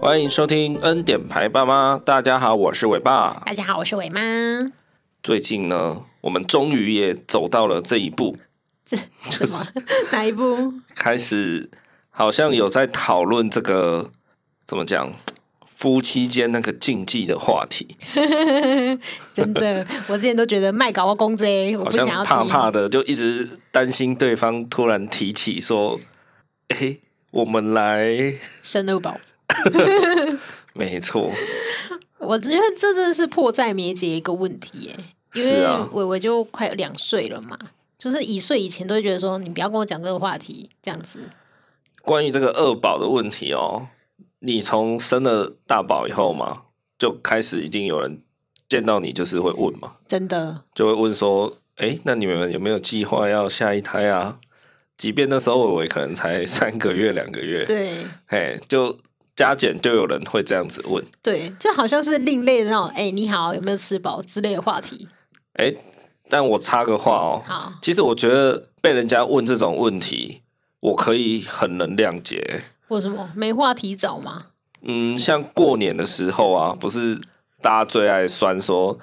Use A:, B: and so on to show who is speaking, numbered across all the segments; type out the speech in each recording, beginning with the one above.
A: 欢迎收听《恩典牌爸妈》，大家好，我是伟爸。
B: 大家好，我是伟妈。
A: 最近呢，我们终于也走到了这一步，
B: 这什么 哪一部？
A: 开始好像有在讨论这个怎么讲，夫妻间那个禁忌的话题，
B: 真的，我之前都觉得卖搞公贼，我
A: 好
B: 不想
A: 像
B: 要
A: 怕
B: 提
A: 怕的，就一直担心对方突然提起说：“哎，我们来。
B: 生肉包。”
A: 没错，
B: 我觉得这真的是迫在眉睫一个问题耶，因
A: 是
B: 为
A: 啊
B: 伟伟就快两岁了嘛，就是一岁以前都会觉得说你不要跟我讲这个话题，这样子。
A: 关于这个二宝的问题哦，你从生了大宝以后嘛，就开始一定有人见到你就是会问嘛，
B: 真的，
A: 就会问说：“哎，那你们有没有计划要下一胎啊？”即便那时候我可能才 三个月、两个月，
B: 对
A: 哎，就加减就有人会这样子问。
B: 对，这好像是另类的那种，哎、你好，有没有吃饱之类的话题。
A: 哎，但我插个话哦，
B: 好，
A: 其实我觉得被人家问这种问题，我可以很能谅解。
B: 为什么没话题找嘛？
A: 嗯，像过年的时候啊，不是大家最爱酸说，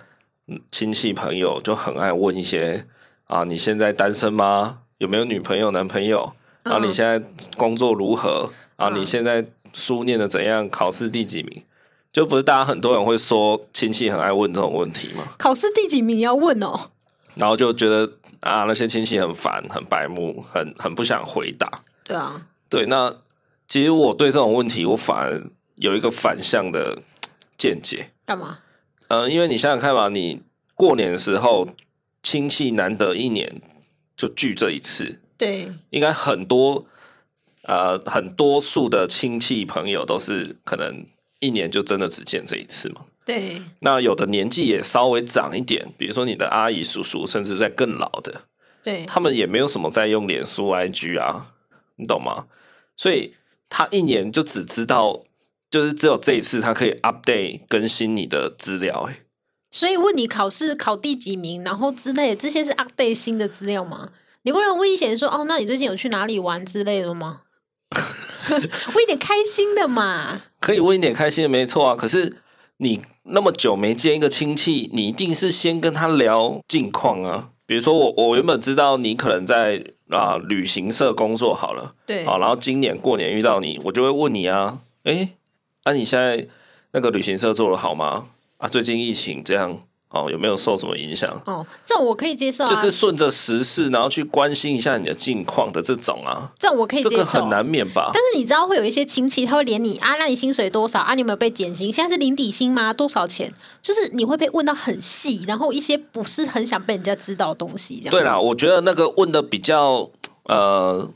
A: 嗯亲戚朋友就很爱问一些啊，你现在单身吗？有没有女朋友、男朋友？
B: 嗯
A: 啊，你现在工作如何？啊，
B: 嗯
A: 你现在书念的怎样？考试第几名？就不是大家很多人会说亲戚很爱问这种问题嘛，
B: 考试第几名要问哦？
A: 然后就觉得啊那些亲戚很烦、很白目、很很不想回答。
B: 对啊，
A: 对，那其实我对这种问题，我反而有一个反向的见解。
B: 干嘛？
A: 呃，因为你想想看嘛，你过年的时候亲戚难得一年就聚这一次，
B: 对，
A: 应该很多呃很多数的亲戚朋友都是可能一年就真的只见这一次嘛。
B: 对，
A: 那有的年纪也稍微长一点，比如说你的阿姨、叔叔，甚至在更老的，
B: 对，
A: 他们也没有什么在用脸书、IG 啊，你懂吗？所以他一年就只知道，就是只有这一次他可以 update 更新你的资料、欸。
B: 所以问你考试考第几名，然后之类的，这些是 update 新的资料吗？你不能危险说哦，那你最近有去哪里玩之类的吗？ 问一点开心的嘛，
A: 可以问一点开心的，没错啊。可是你那么久没见一个亲戚，你一定是先跟他聊近况啊。比如说我，我原本知道你可能在啊、旅行社工作好了，
B: 对
A: 好，然后今年过年遇到你，我就会问你啊，诶，那、你现在那个旅行社做的好吗？啊，最近疫情这样哦，有没有受什么影响？
B: 哦，这我可以接受啊，
A: 就是顺着时事，然后去关心一下你的近况的这种啊，
B: 这我可以
A: 这
B: 接受。
A: 个很难免吧？
B: 但是你知道会有一些亲戚，他会连你啊，那你薪水多少啊？你有没有被减薪？现在是零底薪吗？多少钱？就是你会被问到很细，然后一些不是很想被人家知道的东西，这 样
A: 对啦，我觉得那个问的比较呃，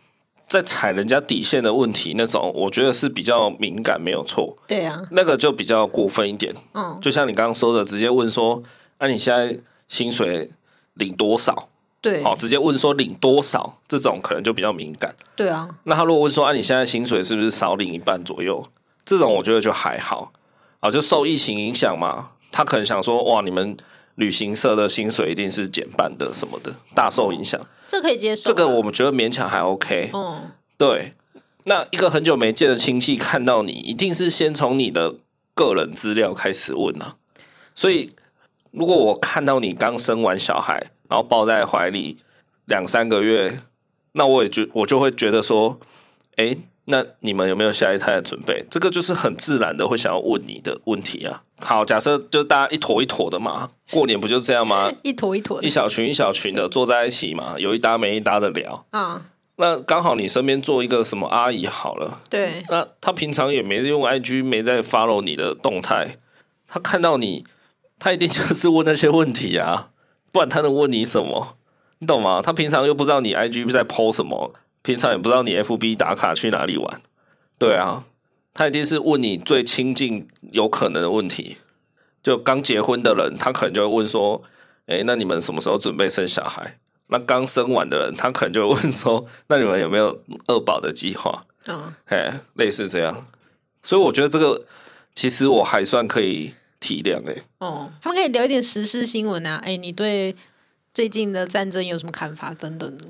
A: 在踩人家底线的问题那种，我觉得是比较敏感，没有错。
B: 对啊，
A: 那个就比较过分一点，
B: 嗯，
A: 就像你刚刚说的，直接问说，那、你现在薪水领多少？
B: 对，
A: 哦，直接问说领多少，这种可能就比较敏感。
B: 对啊，
A: 那他如果问说，啊，你现在薪水是不是少领一半左右？这种我觉得就还好，啊，就受疫情影响嘛，他可能想说，哇，你们旅行社的薪水一定是减半的什么的，大受影响。
B: 这可以接受
A: 这个
B: 啊。
A: 我们觉得勉强还 OK。
B: 嗯。
A: 对，那一个很久没见的亲戚看到你，一定是先从你的个人资料开始问啊。所以，如果我看到你刚生完小孩，然后抱在怀里两三个月，那我也觉我就会觉得说，哎，那你们有没有下一胎的准备？这个就是很自然的会想要问你的问题啊。好，假设就大家一坨一坨的嘛，过年不就这样吗？
B: 一坨一坨
A: 一
B: 的
A: 小群一小群的坐在一起嘛，有一搭没一搭的聊。
B: 啊，
A: 那刚好你身边做一个什么阿姨好了，
B: 对
A: 那她平常也没用 IG，没在 follow 你的动态，她看到你，她一定就是问那些问题啊，不然她能问你什么？你懂吗？她平常又不知道你 IG 在 PO 什么，平常也不知道你 FB 打卡去哪里玩，对啊，她一定是问你最亲近有可能的问题。就刚结婚的人，他可能就会问说：“哎、那你们什么时候准备生小孩？”那刚生完的人，他可能就会问说：“那你们有没有二宝的计划
B: 嗯，？”
A: 哎，类似这样。所以我觉得这个其实我还算可以体谅哎、
B: 哦，他们可以聊一点时事新闻啊，哎，你对最近的战争有什么看法等等的？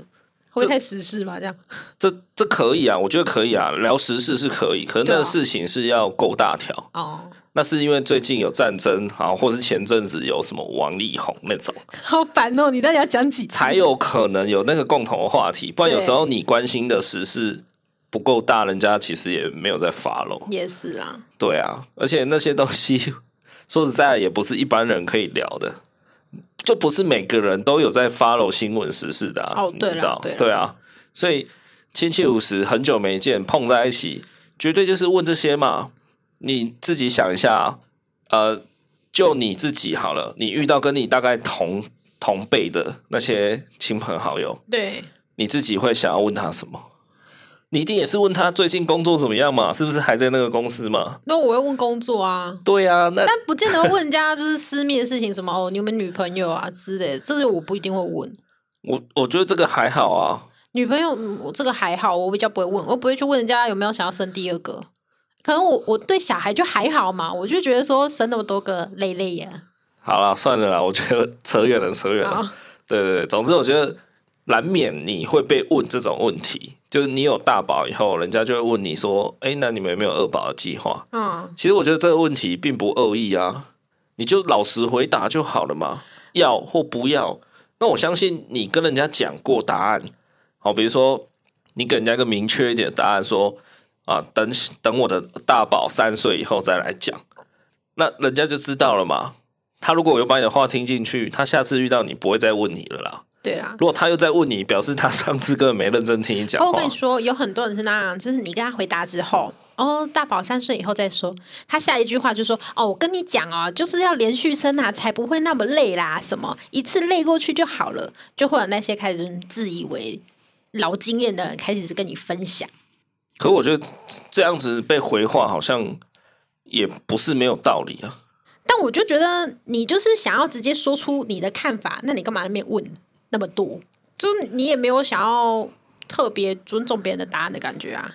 B: 会不会太时事嘛？这样
A: 这这可以啊，我觉得可以啊，聊时事是可以，可是那
B: 对啊
A: 个事情是要够大条。
B: 哦，
A: 那是因为最近有战争啊，或是前阵子有什么王力宏那种，
B: 好烦哦！你到底要讲几次
A: 才有可能有那个共同的话题。不然有时候你关心的时事不够大，人家其实也没有在发喽。
B: 也是啊，
A: 对啊，而且那些东西 说实在也不是一般人可以聊的，就不是每个人都有在 follow 新闻时事的、啊。
B: 哦
A: 你
B: 对
A: 知
B: 啦
A: 道
B: 对啦
A: 对啊，所以亲戚五十很久没见，碰在一起，绝对就是问这些嘛。你自己想一下啊，呃，就你自己好了，你遇到跟你大概同同辈的那些亲朋好友，
B: 对，
A: 你自己会想要问他什么？你一定也是问他最近工作怎么样嘛？是不是还在那个公司嘛？
B: 那我会问工作啊，
A: 对啊，那
B: 但不见得问人家就是私密的事情，什么哦，你有没有女朋友啊之类的，这个我不一定会问。
A: 我我觉得这个还好啊。
B: 女朋友，嗯我这个还好，我比较不会问，我不会去问人家有没有想要生第二个。可能我我对小孩就还好嘛，我就觉得说生那么多个累累呀、
A: 好啦，算了啦，我觉得 扯远了，扯远了。
B: 好，
A: 对啊对对，总之我觉得难免你会被问这种问题，就是你有大宝以后，人家就会问你说：“哎，那你们有没有二宝的计划
B: 嗯？”，
A: 其实我觉得这个问题并不恶意啊，你就老实回答就好了嘛，要或不要。那我相信你跟人家讲过答案，好，比如说你给人家一个明确一点的答案说，啊，等等我的大宝三岁以后再来讲，那人家就知道了嘛。他如果有把你的话听进去，他下次遇到你不会再问你了啦。
B: 对啊啦。
A: 如果他又再问你，表示他上次根本没认真听你讲
B: 哦，我
A: 话
B: 跟。你说，有很多人是那样，就是你跟他回答之后，哦，大宝三岁以后再说，他下一句话就说，哦，我跟你讲哦，就是要连续生啊，才不会那么累啦，什么一次累过去就好了，就会有那些开始自以为老经验的人开始跟你分享。
A: 可我觉得这样子被回话好像也不是没有道理啊。
B: 但我就觉得你就是想要直接说出你的看法，那你干嘛那边问那么多？就是你也没有想要特别尊重别人的答案的感觉啊。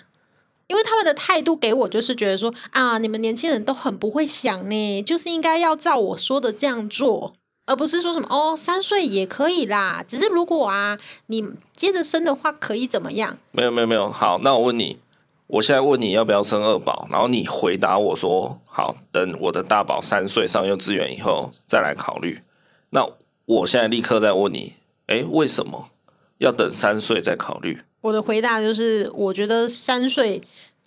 B: 因为他们的态度给我就是觉得说啊，你们年轻人都很不会想呢，就是应该要照我说的这样做，而不是说什么哦，三岁也可以啦。只是如果啊，你接着生的话，可以怎么样？
A: 没有没有没有，好，那我问你，我现在问你要不要生二宝，然后你回答我说好，等我的大宝三岁上幼稚园以后再来考虑。那我现在立刻再问你，诶，为什么要等三岁再考虑？
B: 我的回答就是，我觉得三岁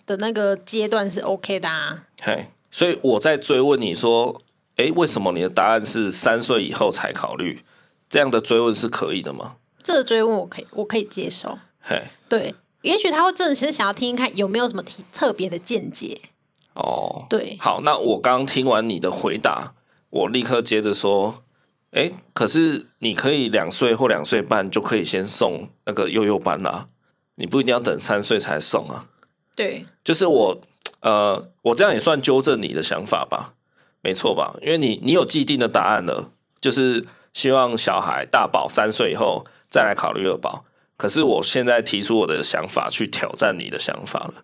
B: 的那个阶段是 OK 的啊。
A: 嘿，所以我在追问你说，诶，为什么你的答案是三岁以后才考虑？这样的追问是可以的吗？
B: 这个追问我可以，我可以接受。
A: 嘿，
B: 对，也许他会真的是想要听听看有没有什么提特别的见解。
A: 哦，
B: 对，
A: 好，那我刚听完你的回答，我立刻接着说，哎，可是你可以两岁或两岁半就可以先送那个幼幼班啦，你不一定要等三岁才送啊。
B: 对，
A: 就是我，呃，我这样也算纠正你的想法吧，没错吧？因为你你有既定的答案了，就是希望小孩大宝三岁以后再来考虑二宝。可是我现在提出我的想法去挑战你的想法了，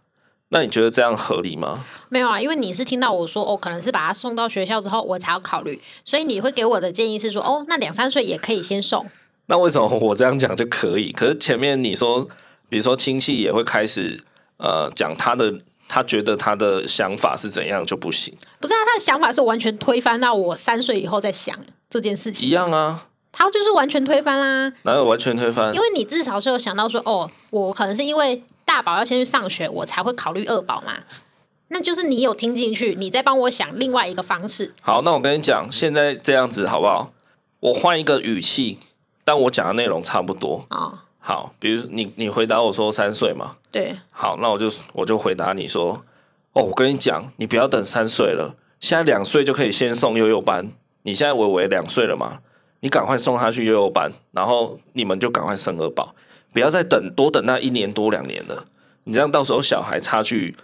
A: 那你觉得这样合理吗？
B: 没有啊，因为你是听到我说哦，可能是把他送到学校之后我才要考虑，所以你会给我的建议是说哦，那两三岁也可以先送。
A: 那为什么我这样讲就可以？可是前面你说，比如说亲戚也会开始呃讲他的，他觉得他的想法是怎样就不行，
B: 不是啊，他的想法是完全推翻到我三岁以后再想这件事
A: 一
B: 情，
A: 样嗯啊，
B: 他就是完全推翻啦、
A: 哪有完全推翻
B: 因？为你至少是有想到说，哦，我可能是因为大宝要先去上学，我才会考虑二宝嘛。那就是你有听进去，你在帮我想另外一个方式。
A: 好，那我跟你讲，现在这样子好不好？我换一个语气，但我讲的内容差不多。
B: 哦，
A: 好，比如你你回答我说三岁嘛，
B: 对，
A: 好，那我就我就回答你说，哦，我跟你讲，你不要等三岁了，现在两岁就可以先送幼幼班。你现在伟伟两岁了嘛，你赶快送他去幼幼班，然后你们就赶快生二宝，不要再等多等那一年多两年了。你这样到时候小孩差距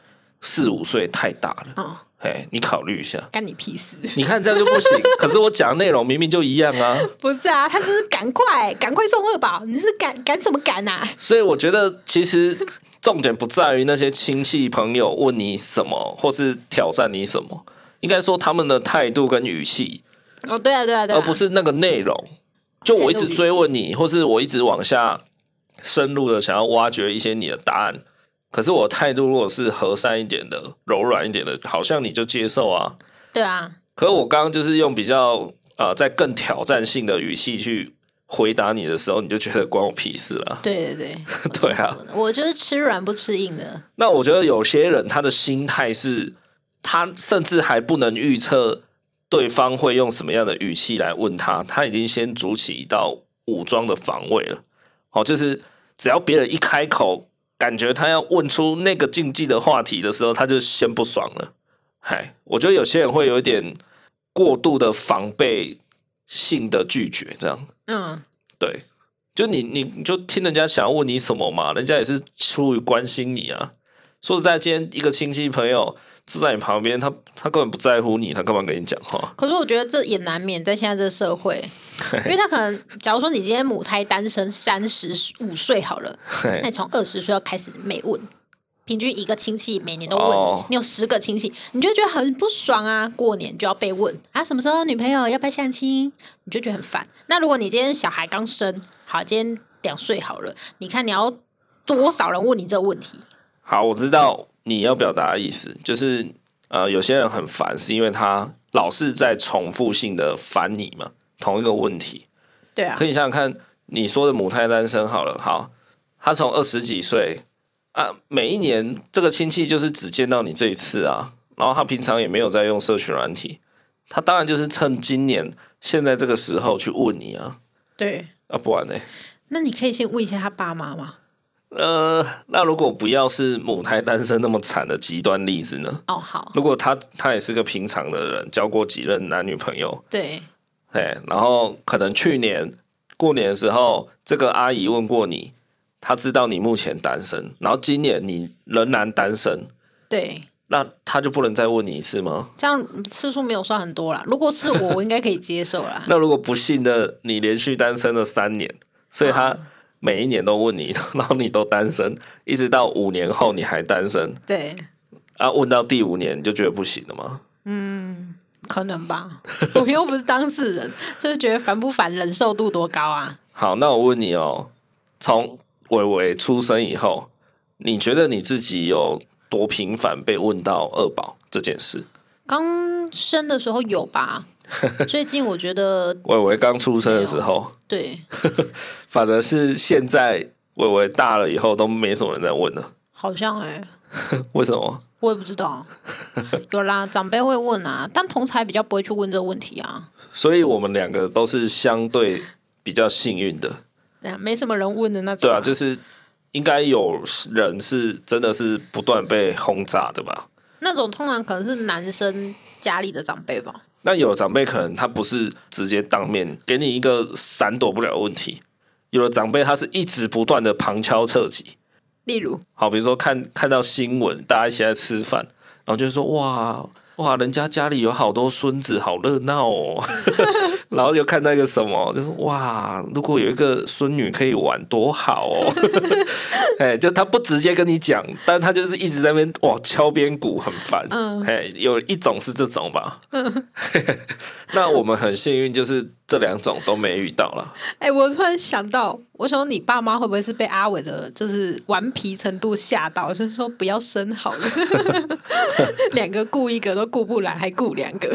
A: 四五岁太大了，
B: 哦，
A: 哎，你考虑一下。
B: 干你屁事！
A: 你看这样就不行，可是我讲的内容明明就一样啊，
B: 不是啊，他就是赶快 赶快送二宝，你是赶赶什么赶啊？
A: 所以我觉得其实重点不在于那些亲戚朋友问你什么，或是挑战你什么，应该说他们的态度跟语气，
B: 哦，对啊，对啊，对啊，
A: 而不是那个内容。就我一直追问你，或是我一直往下深入的想要挖掘一些你的答案。可是我态度如果是和善一点的、柔软一点的，好像你就接受啊。
B: 对啊，
A: 可我刚刚就是用比较呃，在更挑战性的语气去回答你的时候，你就觉得关我屁事了。
B: 对对对，
A: 对啊，
B: 我就是吃软不吃硬的。
A: 那我觉得有些人他的心态是，他甚至还不能预测对方会用什么样的语气来问他，他已经先筑起一道武装的防卫了。哦，就是只要别人一开口，感觉他要问出那个禁忌的话题的时候，他就先不爽了。嗨，我觉得有些人会有一点过度的防备性的拒绝，这样
B: 嗯，
A: 对。就你，你你就听人家想要问你什么嘛，人家也是出于关心你啊。说实在，今天一个亲戚朋友住在你旁边，他他根本不在乎你，他干嘛跟你讲 话？
B: 可是我觉得这也难免在现在这个社会，因为他可能，假如说你今天母胎单身三十五岁好了，那你从二十岁要开始每问，平均一个亲戚每年都问你，
A: 哦
B: 你有十个亲戚，你就会觉得很不爽啊！过年就要被问啊，什么时候女朋友要不要相亲，你就觉得很烦。那如果你今天小孩刚生，好，今天两岁好了，你看你要多少人问你这个问题？
A: 好，我知道你要表达的意思，就是呃，有些人很烦，是因为他老是在重复性的烦你嘛，同一个问题。
B: 对啊
A: 可，以想想看，你说的母胎单身好了，好，他从二十几岁啊，每一年这个亲戚就是只见到你这一次啊，然后他平常也没有在用社群软体，他当然就是趁今年现在这个时候去问你啊，
B: 对，
A: 啊，不然呢？
B: 那你可以先问一下他爸妈吗？
A: 呃，那如果不要是母胎单身那么惨的极端例子呢？
B: 哦，好，
A: 如果他他也是个平常的人，交过几任男女朋友，
B: 对，
A: 哎，然后可能去年过年的时候，这个阿姨问过你，她知道你目前单身，然后今年你仍然单身，
B: 对。
A: 那她就不能再问你一次吗？。
B: 这样次数没有算很多啦，如果是我，我应该可以接受啦
A: 那如果不幸的你连续单身了三年，所以她
B: 啊
A: 每一年都问你， 然后你都单身，一直到五年后你还单身，
B: 对，
A: 啊，问到第五年你就觉得不行了吗？
B: 嗯，可能吧， 我又不是当事人，就是觉得烦不烦，忍受度多高啊？
A: 好，那我问你哦，从伟伟出生以后，你觉得你自己有多频繁被问到二宝这件事？
B: 刚生的时候有 吧，最近我觉得
A: 伟伟刚出生的时候，
B: 对，
A: 反而是现在伟伟大了以后都没什么人在问了，
B: 好像哎、
A: 为什么？
B: 我也不 知道，有啦，长辈会问啊，但同才比较不会去问这个问题啊，
A: 所以我们两个都是相对比较幸运的，
B: 哎没什么人问的那种、
A: 对啊，就是应该有人是真的是不断被轰炸的吧？
B: 那种通常可能是男生家里的长辈吧，
A: 那有的长辈可能他不是直接当面给你一个闪躲不了的问题，有的长辈他是一直不断的旁敲侧击。
B: 例如
A: 好，比如说看看到新闻，大家一起在吃饭，然后就说哇哇，人家家里有好多孙子，好热闹哦。然后又看到一个什么，就说哇，如果有一个孙女可以玩多好哦。哎，就他不直接跟你讲，但他就是一直在那边哇敲边鼓，很烦。
B: 嗯
A: 哎，有一种是这种吧。 那我们很幸运，就是这两种都没遇到了。
B: 哎、我突然想到，我想说你爸妈会不会是被阿伟的，就是顽皮程度吓到，就是说不要生好 了， 两个顾一个都顾不来，还顾两个，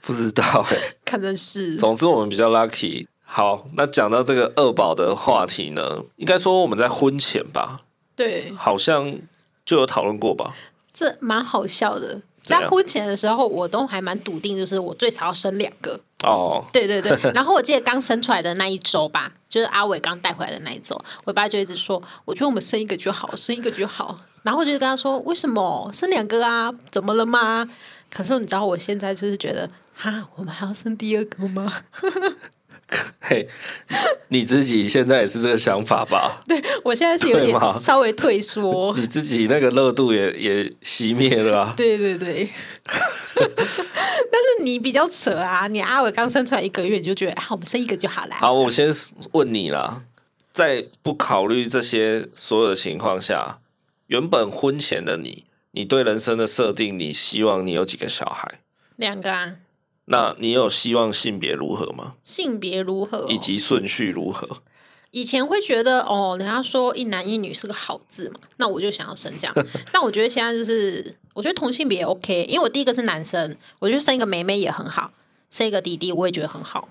A: 不知道哎、
B: 可能是
A: 总之，我们比较 lucky。好，那讲到这个二宝的话题呢，应该说我们在婚前吧，
B: 对，
A: 好像就有讨论过吧。
B: 这蛮好笑的。
A: 怎样
B: 在婚前的时候，我都还蛮笃定，就是我最少要生两个。
A: 哦，
B: 对对 对，然后我记得刚生出来的那一周吧，就是阿伟刚带回来的那一周，我爸就一直说，我觉得我们生一个就好，生一个就好。然后我就跟他说，为什么生两个啊？怎么了吗？可是你知道我现在就是觉得，哈，我们还要生第二个吗？
A: 嘿，你自己现在也是这个想法吧？
B: 对我现在是有
A: 对嘛
B: 点稍微退缩。
A: 你自己那个热度也也熄灭了啊。
B: 对对对， 但是你比较扯啊！你阿伟刚生出来一个月，你就觉得啊，我们生一个就好啦。
A: 好，我先问你啦，在不考虑这些所有的情况下，原本婚前的你，你对人生的设定，你希望你有几个小孩？
B: 两个啊，
A: 那你有希望性别如何吗？
B: 性别如何哦、
A: 以及顺序如何？
B: 以前会觉得哦，人家说一男一女是个好字嘛，那我就想要生这样。 但我觉得现在就是，我觉得同性别也 OK，因为我第一个是男生，我觉得生一个妹妹也很好，生一个弟弟我也觉得很好。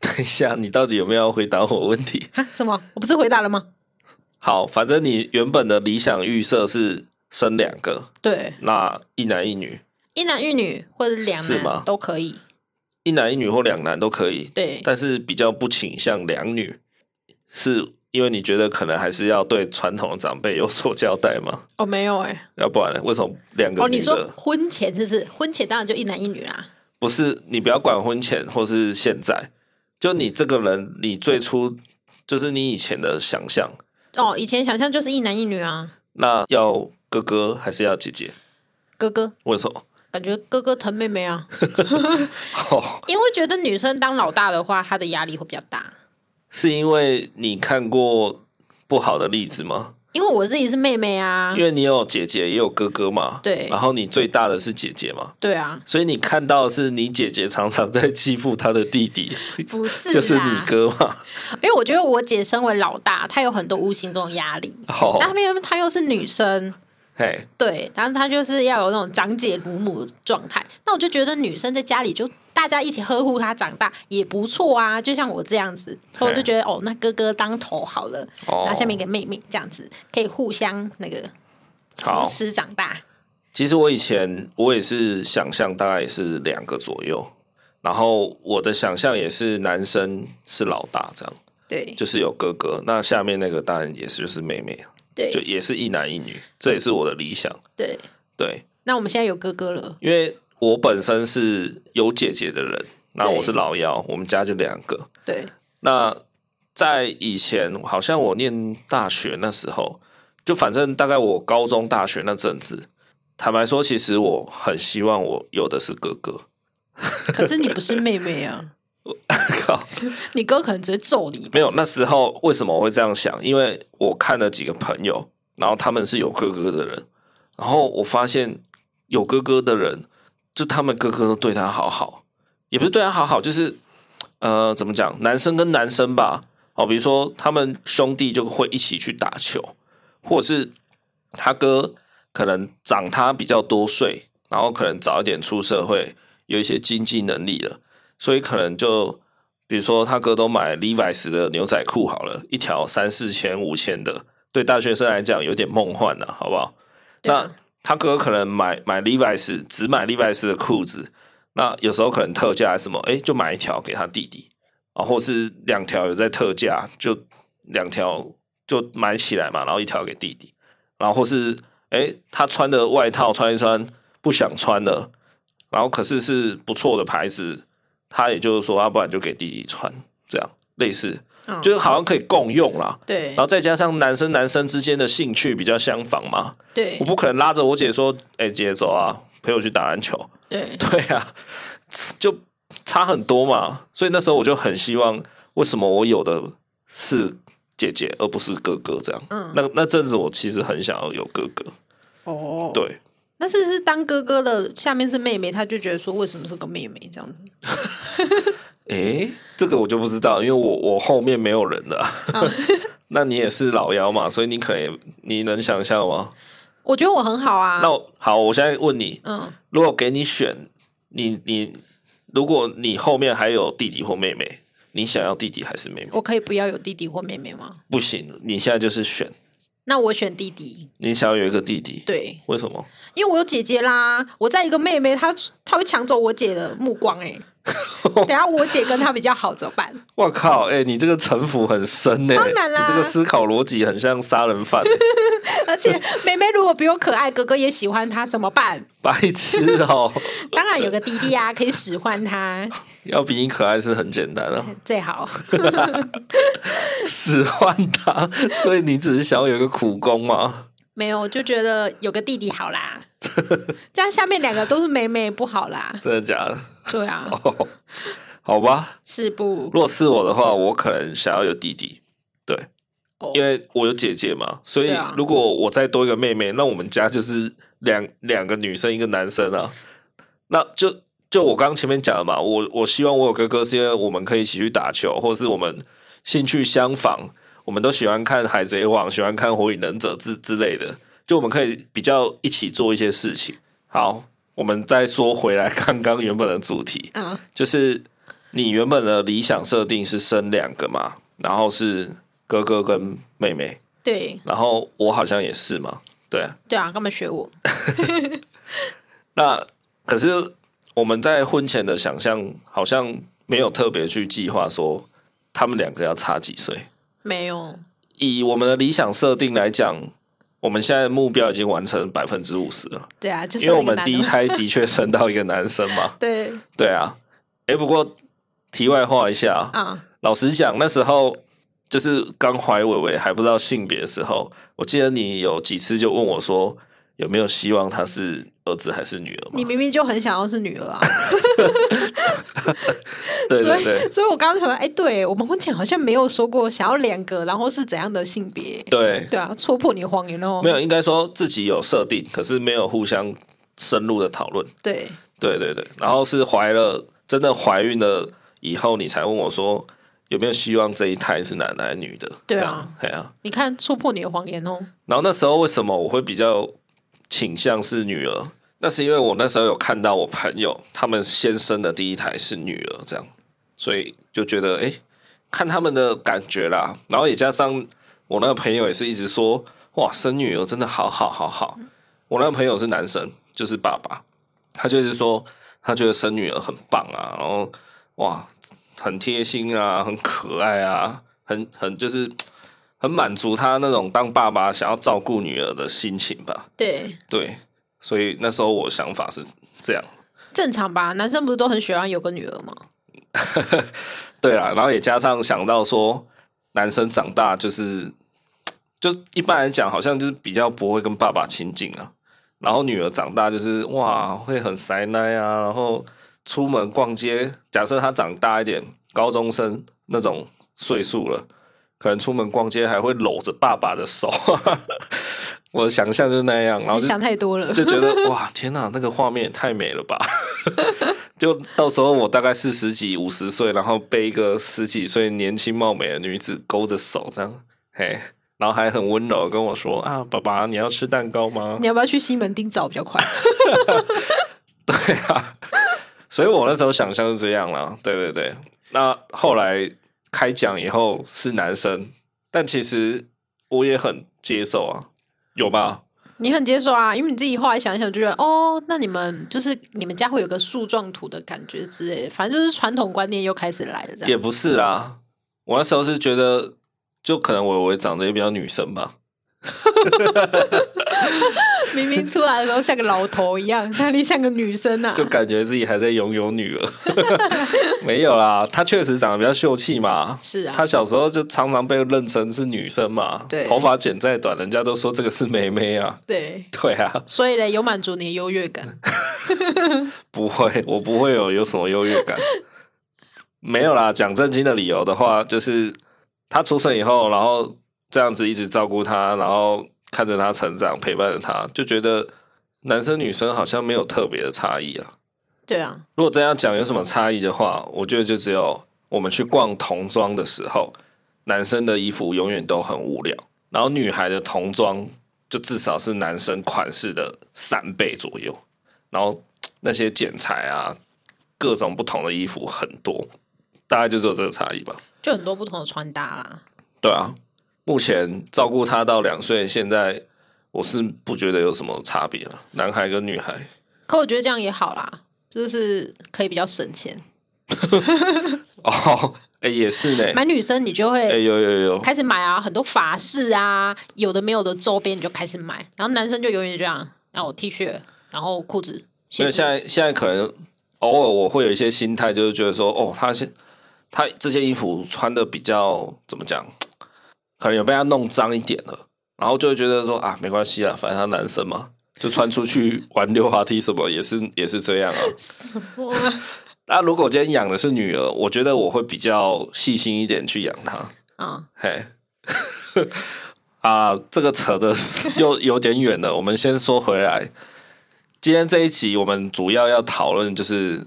A: 等一下，你到底有没有要回答我问题？
B: 哈，什么？我不是回答了吗？
A: 好，反正你原本的理想预设是生两个，
B: 对，
A: 那一男一女，
B: 一男一女或者两
A: 是吗
B: 男都可以。
A: 一男一女或两男都可以，
B: 对，
A: 但是比较不倾向两女，是因为你觉得可能还是要对传统的长辈有所交代吗？
B: 哦，没有哎、
A: 要不然呢为什么两个
B: 哦，
A: 女
B: 你
A: 的？
B: 说婚前是不是？婚前当然就一男一女啦。
A: 不是你不要管婚前或是现在，就你这个人，你最初就是你以前的想象，
B: 哦，以前想象就是一男一女啊，
A: 那要哥哥还是要姐姐？
B: 哥哥
A: 为什么？
B: 感觉哥哥疼妹妹啊，
A: 哦，
B: 因为觉得女生当老大的话，她的压力会比较大。
A: 是因为你看过不好的例子吗？
B: 因为我自己是妹妹啊
A: 因，为你有姐姐也有哥哥嘛，
B: 对
A: 然后你最大的是姐姐嘛，
B: 对啊，
A: 所以你看到的是你姐姐常常在欺负她的弟弟，
B: 不 是
A: 就是你
B: 啦，
A: 哥 嘛。
B: 因为我觉得我姐身为老大，她有很多无形中的压力。
A: 哦，
B: 那边她又是女生，
A: 嘿，
B: 对，然后她就是要有那种长姐如母的状态。那我就觉得女生在家里就大家一起呵护她长大也不错啊，就像我这样子，所以我就觉得哦，那哥哥当头好了，
A: 哦，
B: 然后下面给妹妹这样子，可以互相那个
A: 好
B: 扶持长大。
A: 其实我以前我也是想象大概也是两个左右，然后我的想象也是男生是老大这样，
B: 对
A: 就是有哥哥，那下面那个当然也是就是妹妹，就
B: 对
A: 也是一男一女，这也是我的理想。
B: 对，
A: 对，
B: 那我们现在有哥哥了，
A: 因为我本身是有姐姐的人，那
B: 对
A: 我是老幺，我们家就两个。
B: 对
A: 那在以前，好像我念大学那时候，就反正大概我高中、大学那阵子，坦白说，其实我很希望我有的是哥哥。
B: 可是你不是妹妹啊，
A: 靠，
B: 你哥可能直接揍你吧。
A: 没有那时候为什么我会这样想？因为我看了几个朋友，然后他们是有哥哥的人，然后我发现有哥哥的人，就他们哥哥都对他好好，也不是对他好好，就是呃，怎么讲，男生跟男生吧，哦，比如说他们兄弟就会一起去打球，或者是他哥可能长他比较多岁，然后可能早一点出社会，有一些经济能力了，所以可能就比如说他哥都买 Levi's 的牛仔裤好了，一条三四千、五千的，对大学生来讲有点梦幻了、好不好？
B: 对啊
A: 那他哥可能买买 Levi's 只买 Levi's 的裤子，那有时候可能特价还是什么，哎、就买一条给他弟弟啊，或是两条有在特价，就两条就买起来嘛，然后一条给弟弟，然后或是哎、诶他穿的外套穿一穿不想穿了，然后可是是不错的牌子，他也就是说，要、啊不然就给弟弟穿，这样类似，
B: 嗯
A: 就是好像可以共用啦。
B: 对
A: 然后再加上男生男生之间的兴趣比较相仿嘛，
B: 对
A: 我不可能拉着我姐说：“哎、姐走啊，陪我去打篮球。”
B: 对
A: 对啊，就差很多嘛。所以那时候我就很希望，为什么我有的是姐姐而不是哥哥这样？
B: 嗯
A: 那那阵子我其实很想要有哥哥，
B: 哦，
A: 对，
B: 但是是当哥哥的下面是妹妹，他就觉得说为什么是个妹妹这样子？
A: 诶、这个我就不知道，因为我我后面没有人了。
B: 嗯
A: 那你也是老幺嘛，所以你可以，你能想象吗？
B: 我觉得我很好啊
A: 那，我好，我现在问你，
B: 嗯，
A: 如果给你选，你你如果你后面还有弟弟或妹妹，你想要弟弟还是妹妹？
B: 我可以不要有弟弟或妹妹吗？
A: 不行，你现在就是选，
B: 那我选弟弟，
A: 你想要有一个弟弟，
B: 对，
A: 为什么？
B: 因为我有姐姐啦，我再一个妹妹，她她会抢走我姐的目光哎、 等下我姐跟她比较好怎么办？
A: 我靠，哎、你这个城府很深呢、
B: 当然啦
A: 你这个思考逻辑很像杀人犯、 欸，
B: 而且妹妹如果比我可爱，哥哥也喜欢她怎么办？
A: 白痴哦、
B: 当然有个弟弟啊，可以使唤他
A: 要比你可爱是很简单啊。
B: 最好。
A: 使唤他，所以你只是想要有一个苦工嘛？
B: 没有，我就觉得有个弟弟 好啦，这样下面两个都是妹妹不好啦。
A: 真的假的？
B: 对啊，
A: 哦，好吧，
B: 是不？
A: 如果是我的话，我可能想要有弟弟，对，
B: 哦
A: 因为我有姐姐嘛，所以
B: 对啊
A: 如果我再多一个妹妹，那我们家就是两两个女生一个男生啊，那就。就我刚刚前面讲的嘛，我我希望我有哥哥，是因为我们可以一起去打球，或者是我们兴趣相仿，我们都喜欢看《海贼王》，喜欢看《火影忍者之》之类的，就我们可以比较一起做一些事情。好，我们再说回来 刚刚原本的主题，
B: 嗯，
A: 就是你原本的理想设定是生两个嘛，然后是哥哥跟妹妹，
B: 对
A: 然后我好像也是嘛，对啊、
B: 对啊，干嘛学我？
A: 那可是我们在婚前的想象好像没有特别去计划说他们两个要差几岁。
B: 没有，
A: 以我们的理想设定来讲，我们现在目标已经完成百分之五十了，
B: 对啊，就是
A: 因为我们第一
B: 一。
A: 胎的确生到一个男生嘛
B: 对
A: 对啊，诶，不过题外话一下，
B: 啊，
A: 老实讲，那时候就是刚怀伟伟还不知道性别的时候，我记得你有几次就问我说有没有希望他是儿子还是女儿嘛？
B: 你明明就很想要是女儿啊，
A: 对对
B: 所
A: 对
B: 以所以我刚刚想到，哎，对我们婚前好像没有说过想要两个，然后是怎样的性别？
A: 对，
B: 对啊，戳破你的谎言哦。
A: 没有，应该说自己有设定，可是没有互相深入的讨论。
B: 对
A: 对对对，然后是怀了，真的怀孕了以后，你才问我说有没有希望这一胎是男的还是女的？
B: 对啊
A: 这样，哎呀、
B: 你看，戳破你的谎言哦。
A: 然后那时候为什么我会比较倾向是女儿？那是因为我那时候有看到我朋友他们先生的第一胎是女儿，这样，所以就觉得哎、诶看他们的感觉啦。然后也加上我那个朋友也是一直说，哇，生女儿真的好好好好。我那个朋友是男生，就是爸爸，他就是说他觉得生女儿很棒啊，然后哇，很贴心啊，很可爱啊，很很就是很满足他那种当爸爸想要照顾女儿的心情吧。
B: 对，
A: 对，所以那时候我想法是这样。
B: 正常吧？男生不是都很喜欢有个女儿吗？
A: 对啊，然后也加上想到说，男生长大就是，就一般来讲好像就是比较不会跟爸爸亲近啊。然后女儿长大就是哇，会很塞奶啊，然后出门逛街。假设她长大一点，高中生那种岁数了，可能出门逛街还会搂着爸爸的手。 我的想象就是那样，然后
B: 你
A: 就
B: 想太多了。
A: 就觉得哇，天哪，那个画面也太美了吧！ 就到时候我大概四十几、五十岁，然后被一个十几岁年轻貌美的女子勾着手，这样，嘿，然后还很温柔地跟我说啊，爸爸，你要吃蛋糕吗
B: 你？要不要去西门町找比较快？
A: 对啊， 所以我那时候想象是这样啦，对对对。那后来开讲以后是男生，但其实我也很接受啊，有吧？
B: 你很接受啊，因为你自己后来想一想，就觉得哦，那你们就是你们家会有个树状图的感觉之类的，反正就是传统观念又开始来了，这
A: 也
B: 样
A: 不是啦，我那时候是觉得，就可能我我长得也比较女生吧，
B: 明明出来的时候像个老头 一样，哪里像个女生啊？
A: 就感觉自己还在拥有女儿。 没有啦，她确实长得比较秀气嘛。
B: 是啊
A: 她，小时候就常常被认成是女生嘛，
B: 对
A: 头发剪再短，人家都说这个是妹妹啊。
B: 对，
A: 对啊，
B: 所以嘞，有满足你的优越感，
A: 不会，我不会有有什么优越感。没有啦，讲正经的理由的话，就是她出生以后，然后这样子一直照顾她，然后看着她成长，陪伴着她，就觉得男生女生好像没有特别的差异啊。
B: 对啊，
A: 如果真要讲有什么差异的话，我觉得就只有我们去逛童装的时候，男生的衣服永远都很无聊，然后女孩的童装就至少是男生款式的三倍左右，然后那些剪裁啊，各种不同的衣服很多，大概就只有这个差异吧。
B: 就很多不同的穿搭啦。
A: 对啊，目前照顾他到两岁，现在我是不觉得有什么差别了，男孩跟女孩。
B: 可我觉得这样也好啦，就是可以比较省钱。
A: 哦，哎、也是呢，
B: 买女生你就会
A: 哎、有有有，
B: 开始买啊，很多法式啊，有的没有的周边你就开始买，然后男生就永远这样，然后我 T 恤，然后裤子，
A: 因
B: 鞋
A: 为
B: 子
A: 现在现在可能偶尔我会有一些心态，就是觉得说，哦，他现他这些衣服穿的比较怎么讲，可能有被他弄脏一点了，然后就会觉得说啊，没关系啊，反正他男生嘛，就穿出去玩溜滑梯什么也是也是这样啊。
B: 什么啊
A: 那如果今天养的是女儿，我觉得我会比较细心一点去养她。
B: 啊？
A: 嘿， 啊，这个扯的又有点远了。我们先说回来，今天这 一集我们主要要讨论就是，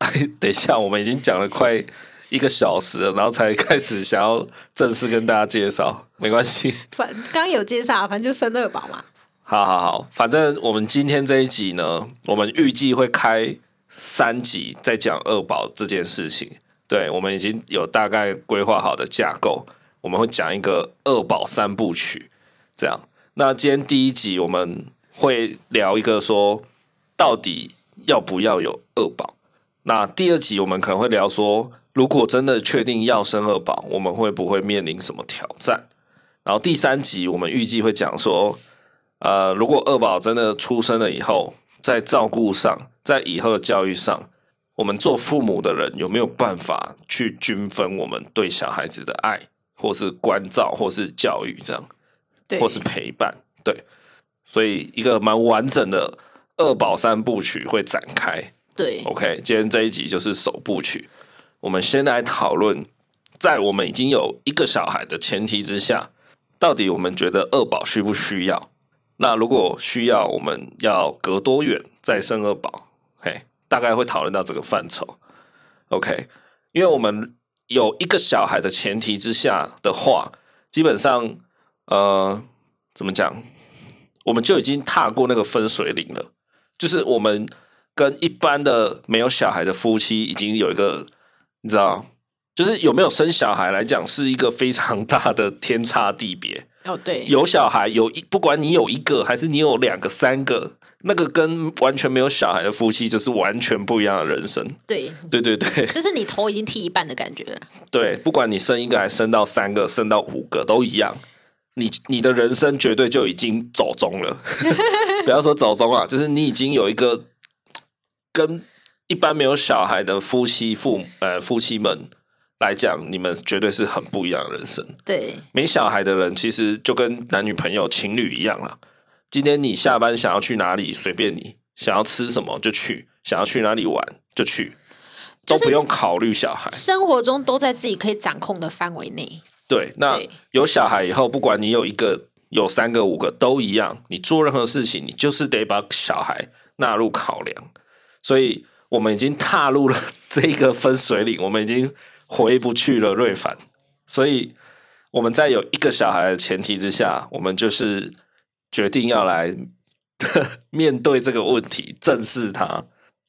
A: 哎，等一下，我们已经讲了快一个小时了，然后才开始想要正式跟大家介绍，没关系。
B: 反刚有介绍，啊反正就生二宝嘛。
A: 好好好，反正我们今天这一集呢，我们预计会开三集，在讲二宝这件事情。对，我们已经有大概规划好的架构，我们会讲一个二宝三部曲这样。那今天第一集我们会聊一个说，到底要不要有二宝？那第二集我们可能会聊说，如果真的确定要生二宝，我们会不会面临什么挑战？然后第三集我们预计会讲说，呃，如果二宝真的出生了以后，在照顾上，在以后的教育上，我们做父母的人有没有办法去均分我们对小孩子的爱，或是关照，或是教育这样？
B: 对，
A: 或是陪伴，对，所以一个蛮完整的二宝三部曲会展开。
B: 对，
A: OK，今天这一集就是首部曲，我们先来讨论，在我们已经有一个小孩的前提之下，到底我们觉得二宝需不需要？那如果需要，我们要隔多远再生二宝？嘿，大概会讨论到这个范畴。OK，因为我们有一个小孩的前提之下的话，基本上呃，怎么讲，我们就已经踏过那个分水岭了。就是我们跟一般的没有小孩的夫妻已经有一个，你知道，就是有没有生小孩来讲，是一个非常大的天差地别。
B: 哦对，
A: 有小孩有一，不管你有一个还是你有两个、三个，那个跟完全没有小孩的夫妻就是完全不一样的人生。
B: 对，
A: 对对对
B: 就是你头已经剃一半的感觉了。
A: 对，不管你生一个还生到三个、生到五个都一样，你你的人生绝对就已经走中了。 不要说走中啊，就是你已经有一个跟一般没有小孩的夫妻父呃夫妻们来讲，你们绝对是很不一样的人生。
B: 对，
A: 没小孩的人其实就跟男女朋友、情侣一样啦。今天你下班想要去哪里，随便你；想要吃什么就去，想要去哪里玩就去，都
B: 就是
A: 不用考虑小孩。
B: 生活中都在自己可以掌控的范围内。
A: 对，那
B: 对
A: 有小孩以后，不管你有一个、有三个、五个都一样，你做任何事情，你就是得把小孩纳入考量。所以我们已经踏入了 这个分水岭，我们已经回不去了，瑞凡。所以我们在有一个小孩的前提之下，我们就是决定要来 面对这个问题，正视它。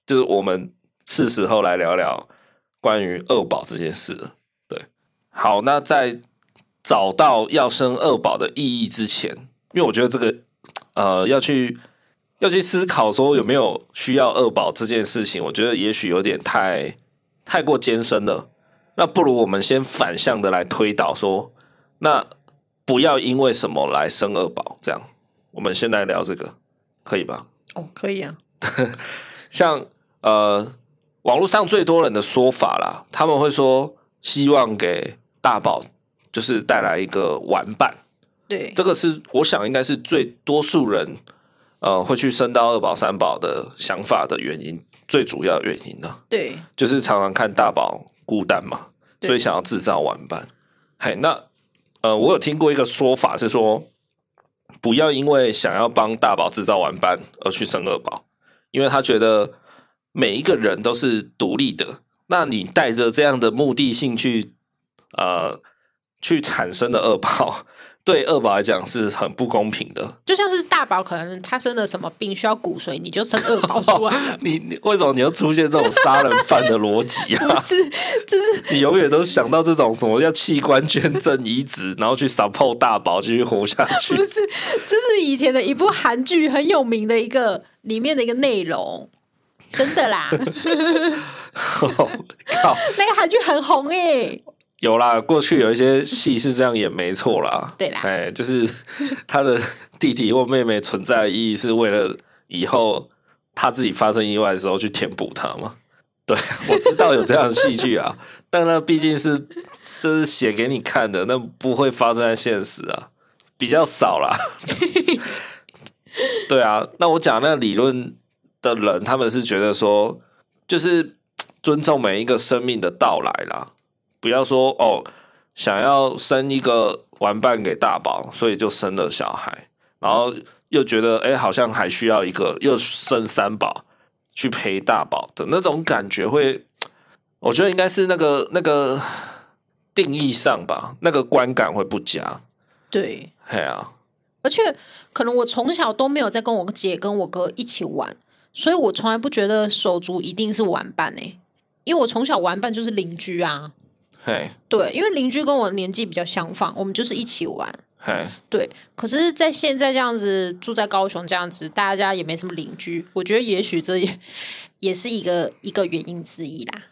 A: 就是我们是时候来聊聊关于二宝这件事了。好，那在找到要生二宝的意义之前，因为我觉得这个呃要去要去思考说有没有需要二宝这件事情，我觉得也许有点太太过艰深了。那不如我们先反向的来推导说，那不要因为什么来生二宝，这样我们先来聊这个，可以吧？
B: 哦，可以啊。
A: 像呃，网络上最多人的说法啦，他们会说希望给大宝就是带来一个玩伴，
B: 对，
A: 这个是我想应该是最多数人呃会去升到二宝三宝的想法的原因，最主要的原因呢、
B: 对，
A: 就是常常看大宝孤单嘛，
B: 对
A: 所以想要制造玩伴。嘿，那呃，我有听过一个说法是说，不要因为想要帮大宝制造玩伴而去生二宝，因为他觉得每一个人都是独立的。那你带着这样的目的性去呃去产生的二宝，对二宝来讲是很不公平的。。
B: 就像是大宝可能他生了什么病需要骨髓，你就生二宝出来了
A: 你你为什么你又出现这种杀人犯的逻辑啊？
B: 不是，就是
A: 你永远都想到这种什么要器官捐赠 移植，然后去 support 大宝继续活下去
B: 不。 是，这是以前的一部韩剧很有名的一个里面的一个内容，真的 啦，那
A: 靠，
B: 个韩剧很红诶、
A: 有啦，过去有一些戏是这样演没错啦。
B: 对啦
A: 哎，就是他的弟弟或妹妹存在的意义是为了以后他自己发生意外的时候去填补它嘛。对， 我知道有这样的戏剧啊， 但那毕竟是是写给你看的，那不会发生在现实啊，比较少 啦。对啊，那我讲那个理论的人，他们是觉得说，就是尊重每一个生命的到来啦，不要说哦，想要生一个玩伴给大宝，所以就生了小孩，然后又觉得哎、诶好像还需要一个，又生三宝去陪大宝的那种感觉会，我觉得应该是那个那个定义上吧，那个观感会不佳。
B: 对，
A: 嘿啊，
B: 而且可能我从小都没有在跟我姐跟我哥一起玩，所以我从来不觉得手足一定是玩伴诶、欸因为我从小玩伴就是邻居啊。
A: 嘿，
B: 对，因为邻居跟我年纪比较相仿，我们就是一起玩。
A: 嘿，
B: 对，可是，在现在这样子住在高雄这样子，大家也没什么邻居，我觉得也许这也也是一个一个原因之一啦。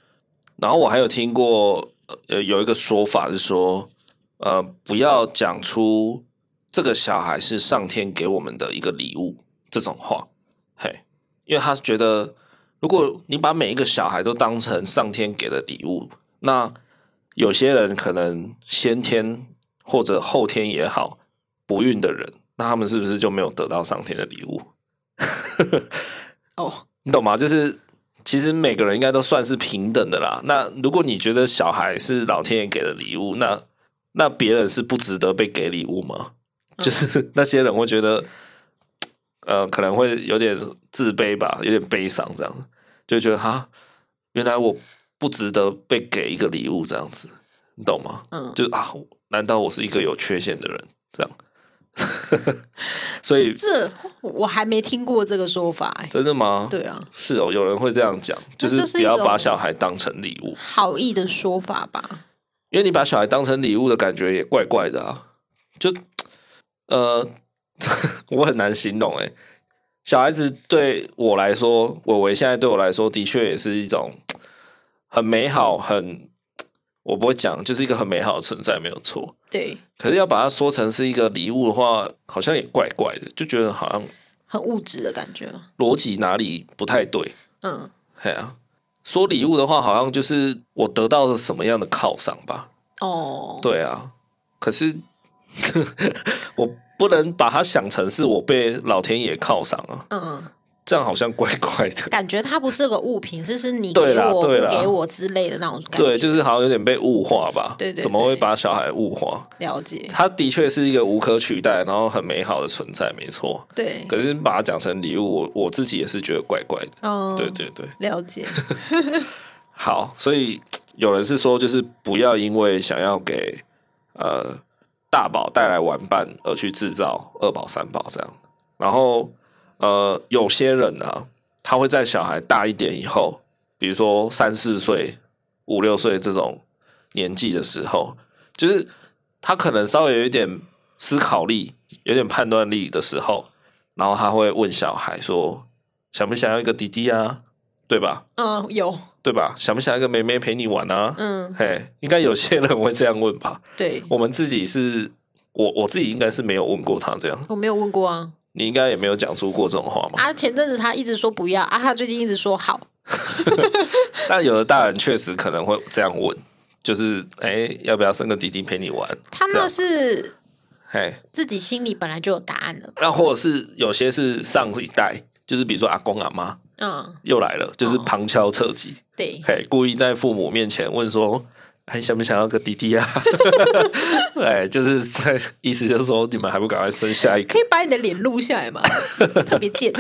A: 然后我还有听过呃有一个说法是说，呃，不要讲出这个小孩是上天给我们的一个礼物这种话，嘿，因为他觉得如果你把每一个小孩都当成上天给的礼物，那有些人可能先天或者后天也好不孕的人，那他们是不是就没有得到上天的礼物？
B: 哦，
A: 你懂吗？就是其实每个人应该都算是平等的啦。那如果你觉得小孩是老天爷给的礼物，那那别人是不值得被给礼物吗？
B: 嗯
A: 就是那些人会觉得，呃，可能会有点自卑吧，有点悲伤，这样就觉得哈，原来我不值得被给一个礼物，这样子，你懂吗？
B: 嗯，
A: 就是啊，难道我是一个有缺陷的人？这样， 所以
B: 这我还没听过这个说法、欸。
A: 真的吗？
B: 对啊，
A: 是哦，有人会这样讲，就
B: 嗯那
A: 是
B: 就是
A: 不
B: 一
A: 要把
B: 种
A: 小孩当成礼物，
B: 好意的说法吧。
A: 因为你把小孩当成礼物的感觉也怪怪的啊。就呃， 我很难形容诶、欸小孩子对我来说，伟伟现在对我来说，的确也是一种很美好，很我不会讲，就是一个很美好的存在，没有错。
B: 对，
A: 可是要把它说成是一个礼物的话，好像也怪怪的，就觉得好像
B: 很物质的感觉。
A: 逻辑哪里不太对。
B: 嗯，
A: 嘿啊，说礼物的话，好像就是我得到了什么样的犒赏吧？
B: 哦，
A: 对啊，可是 我不能把它想成是我被老天爷犒赏啊，
B: 嗯，
A: 这样好像怪怪的。
B: 感觉它不是个物品，就是你给
A: 对啦
B: 我
A: 对啦
B: 不给我之类的那种感觉。
A: 对，就是好像有点被物化吧？
B: 对对
A: 怎么会
B: 对
A: 把小孩物化？
B: 了解。
A: 他的确是一个无可取代，然后很美好的存在，没错。
B: 对，
A: 可是把它讲成礼物，我我自己也是觉得怪怪的。
B: 嗯，
A: 对，对对，
B: 了解。
A: 好，所以有人是说，就是不要因为想要给呃大宝带来玩伴而去制造二宝三宝这样。然后呃，有些人呢、啊，他会在小孩大一点以后，比如说三四岁、五六岁这种年纪的时候，就是他可能稍微有一点思考力、有点判断力的时候，然后他会问小孩说：“想不想要一个弟弟啊？”对吧？
B: 嗯，有，
A: 对吧？想不想一个妹妹陪你玩啊？
B: 嗯，
A: 嘿，应该有些人会这样问吧？
B: 对，
A: 我们自己是，我我自己应该是没有问过他这样，
B: 我没有问过啊。
A: 你应该也没有讲出过这种话嘛。
B: 啊，前阵子他一直说不要，啊，他最近一直说好。
A: 但有的大人确实可能会这样问，就是哎、要不要生个弟弟陪你玩？
B: 他
A: 这
B: 那
A: 样
B: 是
A: 嘿，
B: 自己心里本来就有答案了。
A: 那或者是有些是上一代，就是比如说阿公阿妈
B: 嗯，
A: 又来了，就是
B: 哦
A: 旁敲侧击，
B: 对，
A: 嘿，故意在父母面前问说：“还想不想要个弟弟啊？” 哎，就是 在意思就是说，你们还不赶快生下一个
B: 可？以把你的脸录下来吗？ 特别贱。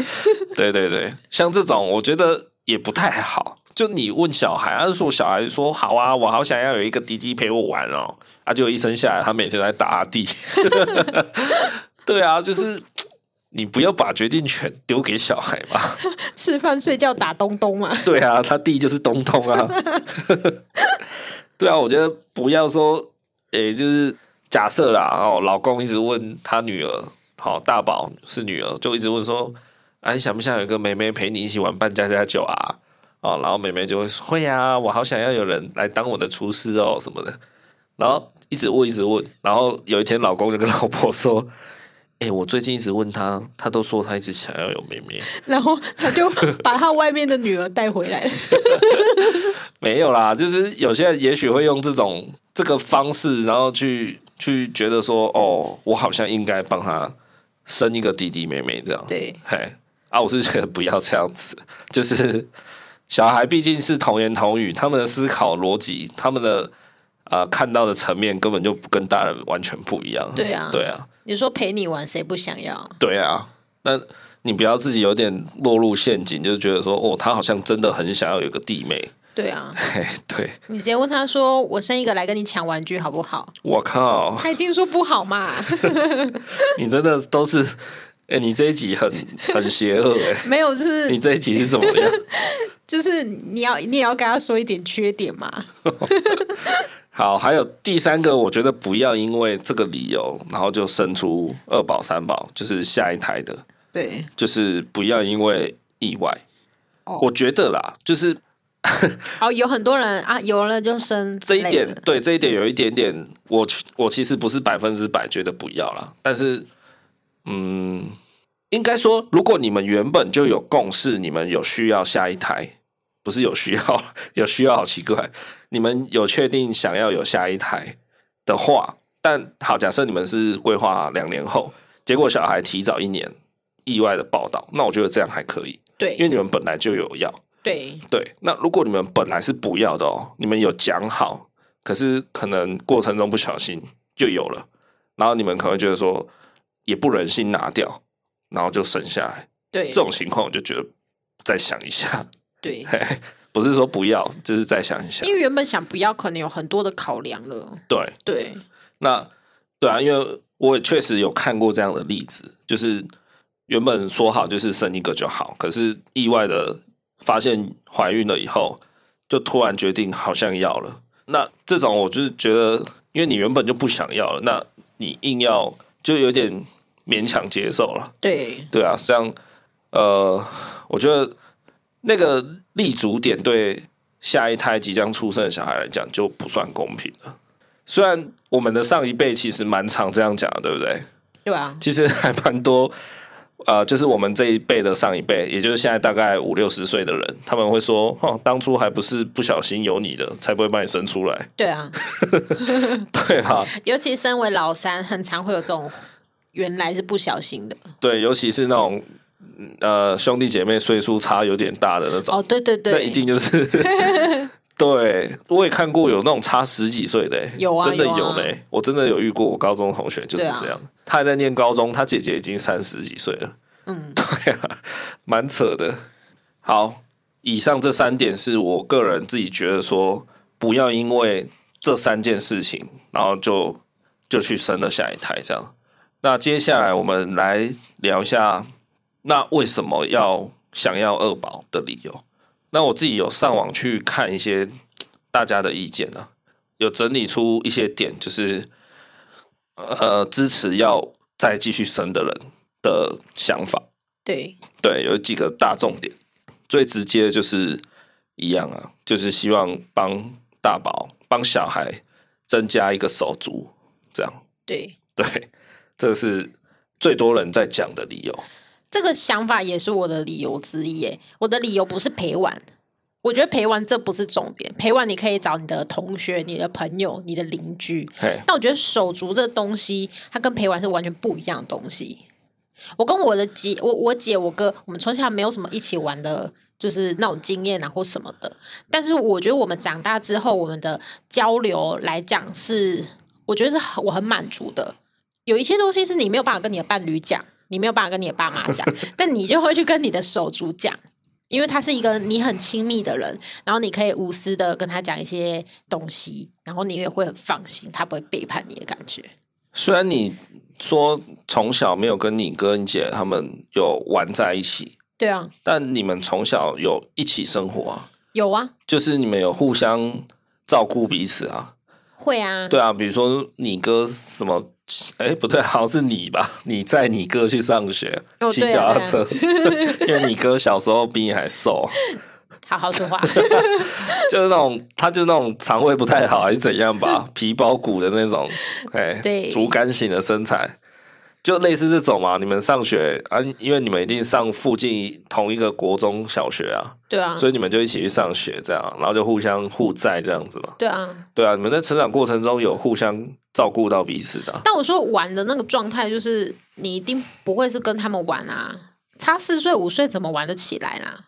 A: 对对对，像这种我觉得也不太好。就你问小孩，他说小孩说好啊，我好想要有一个弟弟陪我玩哦，他、就一生下来，他每天都在打阿弟。 对啊，就是你不要把决定权丢给小孩嘛。
B: 吃饭睡觉打东东嘛。
A: 对啊，他弟就是东东啊。 对啊，我觉得不要说，诶、就是假设啦，哦，老公一直问他女儿，好、大宝是女儿，就一直问说，啊，你想不想有一个妹妹陪你一起玩扮家家酒啊？哦，然后妹妹就会说，会啊，我好想要有人来当我的厨师哦什么的，然后一直问一直问，然后有一天老公就跟老婆说。诶，我最近一直问他，他都说他一直想要有妹妹。
B: 然后他就把他外面的女儿带回来了。
A: 没有啦，就是有些人也许会用这种这个方式，然后去去觉得说，哦，我好像应该帮他生一个弟弟妹妹这样。，
B: 对，
A: 嘿，啊，我是觉得不要这样子， 就是小孩毕竟是童言童语，他们的思考逻辑，他们的呃看到的层面根本就跟大人完全不一样。
B: 对啊
A: 对啊，
B: 你说陪你玩，谁不想要？
A: 对啊，那你不要自己有点落入陷阱，就是觉得说，哦，他好像真的很想要有一个弟妹，
B: 对啊，
A: 嘿，对，
B: 你直接问他说：“我生一个来跟你抢玩具好不好
A: 我？”靠，
B: 他一定说不好 嘛，
A: 你真的都是，哎、你这一集很很邪恶哎、
B: 没有，就
A: 你
B: 是
A: 这一集是怎么样？
B: 就是你要你也要跟他说一点缺点嘛。
A: 好，还有第三个，我觉得不要因为这个理由，然后就生出二宝三宝，就是下一胎的，
B: 对，
A: 就是不要因为意外。
B: 哦
A: 我觉得啦，就是
B: 哦，有很多人啊，有了就生
A: 这一
B: 之类
A: 点
B: 的，嗯
A: 对这一点有一点点，我其我其实不是百分之百觉得不要啦，但是，嗯，应该说，如果你们原本就有共识，你们有需要下一胎，不是有需要，有需要好奇怪，你们有确定想要有下一胎的话，但好，假设你们是规划两年后，结果小孩提早一年意外的报道，那我觉得这样还可以，因为
B: 对
A: 你们本来就有要。
B: 对
A: 对，那如果你们本来是不要的哦，你们有讲好，可是可能过程中不小心就有了，然后你们可能会觉得说也不忍心拿掉，然后就省下来。
B: 对
A: 这种情况我就觉得再想一下，
B: 对，
A: 嘿嘿不是说不要，就是再想一下。
B: 因为原本想不要，可能有很多的考量了。
A: 对，
B: 对
A: 那对啊，因为我也确实有看过这样的例子，就是原本说好就是生一个就好，可是意外的发现怀孕了以后，就突然决定好像要了。那这种我就是觉得，因为你原本就不想要了，那你硬要就有点勉强接受了。
B: 对
A: 对啊，像呃，我觉得那个立足点对下一胎即将出生的小孩来讲就不算公平了。虽然我们的上一辈其实蛮常这样讲的，对不对？
B: 对啊，
A: 其实还蛮多，呃，就是我们这一辈的上一辈，也就是现在大概五六十岁的人，他们会说：“哦，当初还不是不小心有你的，才不会把你生出来。
B: 对啊，”
A: 对啊，
B: 尤其身为老三，很常会有这种原来是不小心的。
A: 对，尤其是那种呃兄弟姐妹岁数差有点大的那种，
B: 哦，对对
A: 那
B: 对，
A: 一定就是。 对，我也看过有那种差十几岁的欸、
B: 有啊
A: 真的
B: 有啊
A: 有呢、我真的有遇过，我高中同学就是
B: 对啊
A: 这样，他还在念高中，他姐姐已经三十几岁了，
B: 嗯，
A: 对啊，蛮扯的。好，以上这三点是我个人自己觉得说，不要因为这三件事情，然后就就去生了下一胎这样。那接下来我们来聊一下，那为什么要想要二宝的理由？那我自己有上网去看一些大家的意见啊，有整理出一些点，就是呃支持要再继续生的人的想法。
B: 对
A: 对，有几个大重点，最直接就是一样啊，就是希望帮大宝帮小孩增加一个手足，这样
B: 对，
A: 对，这个是最多人在讲的理由。
B: 这个想法也是我的理由之一。诶，我的理由不是陪玩，我觉得陪玩这不是重点，陪玩你可以找你的同学、你的朋友、你的邻居，
A: 嘿，
B: 但我觉得手足这东西，它跟陪玩是完全不一样的东西。我跟我的姐，我我姐我哥，我们从小没有什么一起玩的，就是那种经验啊或什么的。但是我觉得我们长大之后，我们的交流来讲是，我觉得是很我很满足的。有一些东西是你没有办法跟你的伴侣讲，你没有办法跟你的爸妈讲， 但你就会去跟你的手足讲，因为他是一个你很亲密的人，然后你可以无私的跟他讲一些东西，然后你也会很放心，他不会背叛你的感觉。
A: 虽然你说从小没有跟你哥、你姐他们有玩在一起，
B: 对啊，
A: 但你们从小有一起生活啊，
B: 有啊，
A: 就是你们有互相照顾彼此啊。
B: 会啊，
A: 对啊，比如说你哥什么，哎，不对，好像是你吧？ 你载你哥去上学，
B: 哦
A: 骑
B: 对
A: 脚
B: 啊
A: 踏车， 因为你哥小时候比你还瘦，
B: 好好 说话。
A: 就是那种他就是那种肠胃不太好还是怎样 吧，皮包骨的那种，哎，
B: 对
A: 竹竿型的身材。就类似这种嘛，你们上学啊，因为你们一定上附近同一个国中小学啊，
B: 对啊，
A: 所以你们就一起去上学，这样，然后就互相互载这样子嘛。
B: 对啊。
A: 对啊，你们在成长过程中有互相照顾到彼此的啊、
B: 但我说玩的那个状态，就是你一定不会是跟他们玩啊，差四岁五岁怎么玩得起来啦？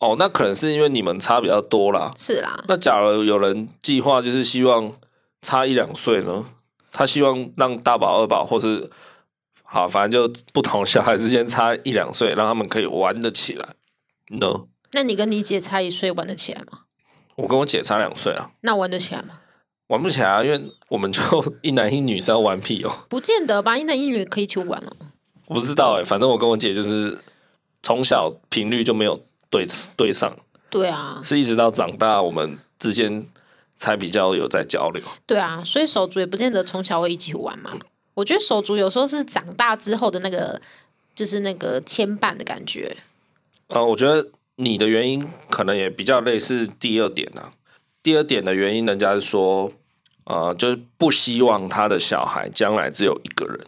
A: 哦，那可能是因为你们差比较多啦。
B: 是啦，
A: 那假如有人计划就是希望差一两岁呢，他希望让大宝、二宝或是好，反正就不同小孩之间差一两岁，让他们可以玩得起来呢。
B: 那你跟你姐差一岁玩得起来吗？
A: 我跟我姐差两岁啊，
B: 那玩得起来吗？
A: 玩不起来、啊，因为我们就 一男一女是要玩屁哦。
B: 不见得吧，一男一女可以一起玩啊了、
A: 我不知道哎、反正我跟我姐就是从小频率就没有对对上，
B: 对啊，
A: 是一直到长大我们之间才比较有在交流。
B: 对啊，所以手足也不见得从小会一起玩嘛。我觉得手足有时候是长大之后的那个，就是那个牵绊的感觉。
A: 呃，我觉得你的原因可能也比较类似第二点啊。第二点的原因，人家是说，呃，就是不希望他的小孩将来只有一个人。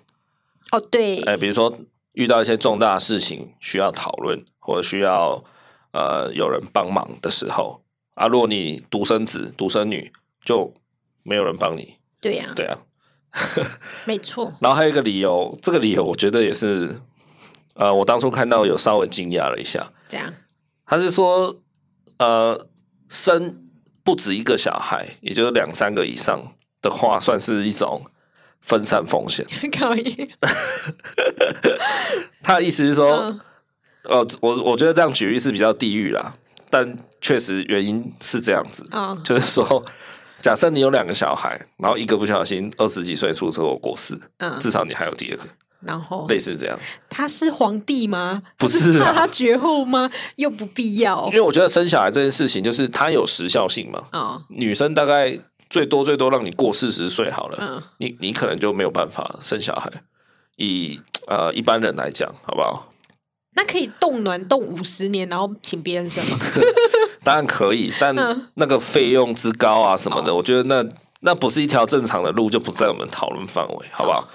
B: 哦，对，
A: 哎、比如说遇到一些重大的事情需要讨论，或者需要呃有人帮忙的时候，啊，如果你独生子、独生女，就没有人帮你，
B: 对呀、
A: 对啊。
B: 没错，
A: 然后还有一个理由，这个理由我觉得也是，呃，我当初看到有稍微惊讶了一下，
B: 这样
A: 他是说，呃，生不止一个小孩，也就是两三个以上的话，算是一种分散风险。
B: 可以。
A: 他的意思是说
B: 嗯，
A: 呃，我我觉得这样举例是比较地狱啦，但确实原因是这样子，
B: 啊，
A: 就是说，假设你有两个小孩，然后一个不小心二十几岁出车祸过世，
B: 嗯，
A: 至少你还有第二个，
B: 然后
A: 类似这样。
B: 他是皇帝吗？
A: 不是
B: 怕
A: 啊
B: 他绝后吗？又不必要
A: 因为我觉得生小孩这件事情，就是它有时效性嘛，
B: 啊，
A: 女生大概最多最多让你过四十岁好了，
B: 嗯
A: 你你可能就没有办法生小孩。以呃一般人来讲，好不好？
B: 那可以冻卵冻五十年，然后请别人生吗？
A: 当然可以，但
B: 嗯
A: 那个费用之高啊什么的，我觉得那那不是一条正常的路，就不在我们讨论范围，好不好？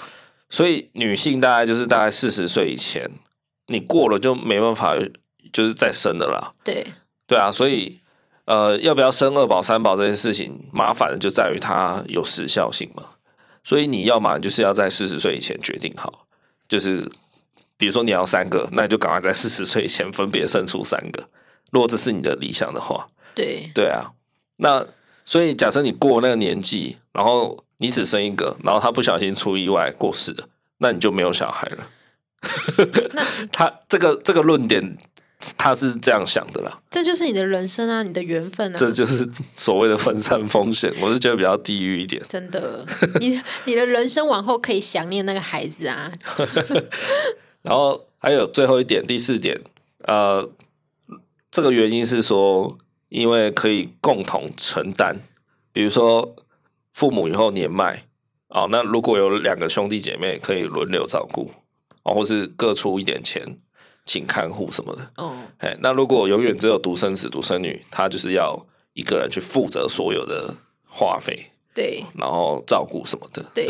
A: 所以女性大概就是大概四十岁以前，你过了就没办法，就是再生的啦。
B: 对，
A: 对啊，所以呃，要不要生二宝、三宝这件事情，麻烦的就在于它有时效性嘛。所以你要嘛就是要在四十岁以前决定好，就是比如说你要三个，那你就赶快在四十岁以前分别生出三个。如果这是你的理想的话，
B: 对，
A: 对啊，那所以假设你过那个年纪，然后你只生一个，然后他不小心出意外过世了，那你就没有小孩了。
B: 那
A: 他这个这个论点，他是这样想的啦。
B: 这就是你的人生啊，你的缘分啊。
A: 这就是所谓的分散风险，我是觉得比较地狱一点。
B: 真的， 你你的人生往后可以想念那个孩子啊，
A: 然后还有最后一点，第四点，呃，这个原因是说，因为可以共同承担，比如说父母以后年迈，哦，那如果有两个兄弟姐妹可以轮流照顾，哦，或是各出一点钱请看护什么的，
B: 哦，
A: 哎，那如果永远只有独生子、独生女，他就是要一个人去负责所有的花费，
B: 对，
A: 然后照顾什么的，
B: 对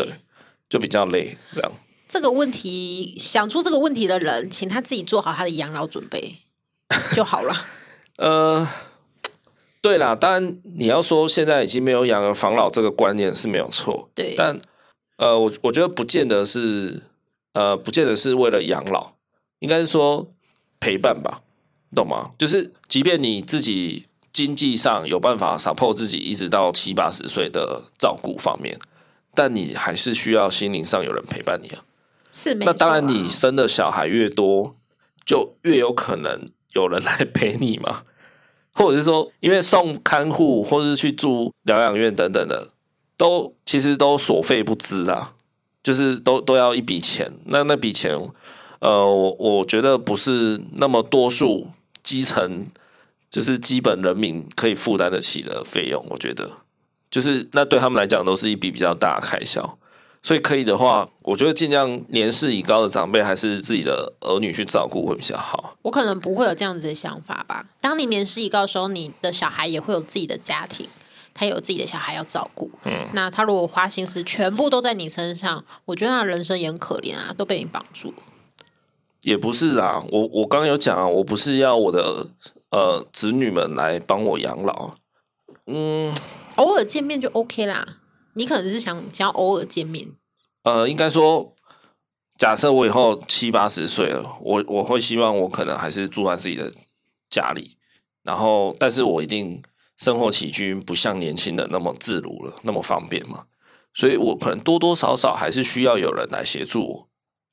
A: 就比较累这样。
B: 这个问题想出这个问题的人，请他自己做好他的养老准 备就好了。
A: 呃，对啦，当然你要说现在已经没有养儿防老这个观念是没有错，
B: 对，
A: 但呃，我我觉得不见得是呃，不见得是为了养老，应该是说陪伴吧，你懂吗？就是即便你自己经济上有办法 support 自己一直到七八十岁的照顾方面，但你还是需要心灵上有人陪伴你啊。
B: 是没
A: 那当
B: 错啊
A: 然，
B: 啦
A: 你生的小孩越多，就越有可能有人来陪你嘛，或者是说，因为送看护或是去住疗养院等等的，都其实都所费不支啦，就是都都要一笔钱。那那笔钱，呃，我我觉得不是那么多数基层就是基本人民可以负担得起的费用，我觉得就是那对他们来讲都是一笔比较大的开销。所以可以的话，我觉得尽量年事已高的长辈还是自己的儿女去照顾会比较好。
B: 我可能不会有这样子的想法吧。当你年事已高的时候，你的小孩也会有自己的家庭，他有自己的小孩要照顾。嗯，那他如果花心思全部都在你身上，我觉得他的人生也很可怜啊，都被你绑住。
A: 也不是啦，我我刚刚有讲啊，我不是要我的呃子女们来帮我养老，嗯
B: 偶尔见面就 OK 啦。你可能是想想要偶尔见面，
A: 呃，应该说，假设我以后七八十岁了，我我会希望我可能还是住在自己的家里，然后但是我一定生活起居不像年轻人那么自如了，那么方便嘛，所以我可能多多少少还是需要有人来协助我，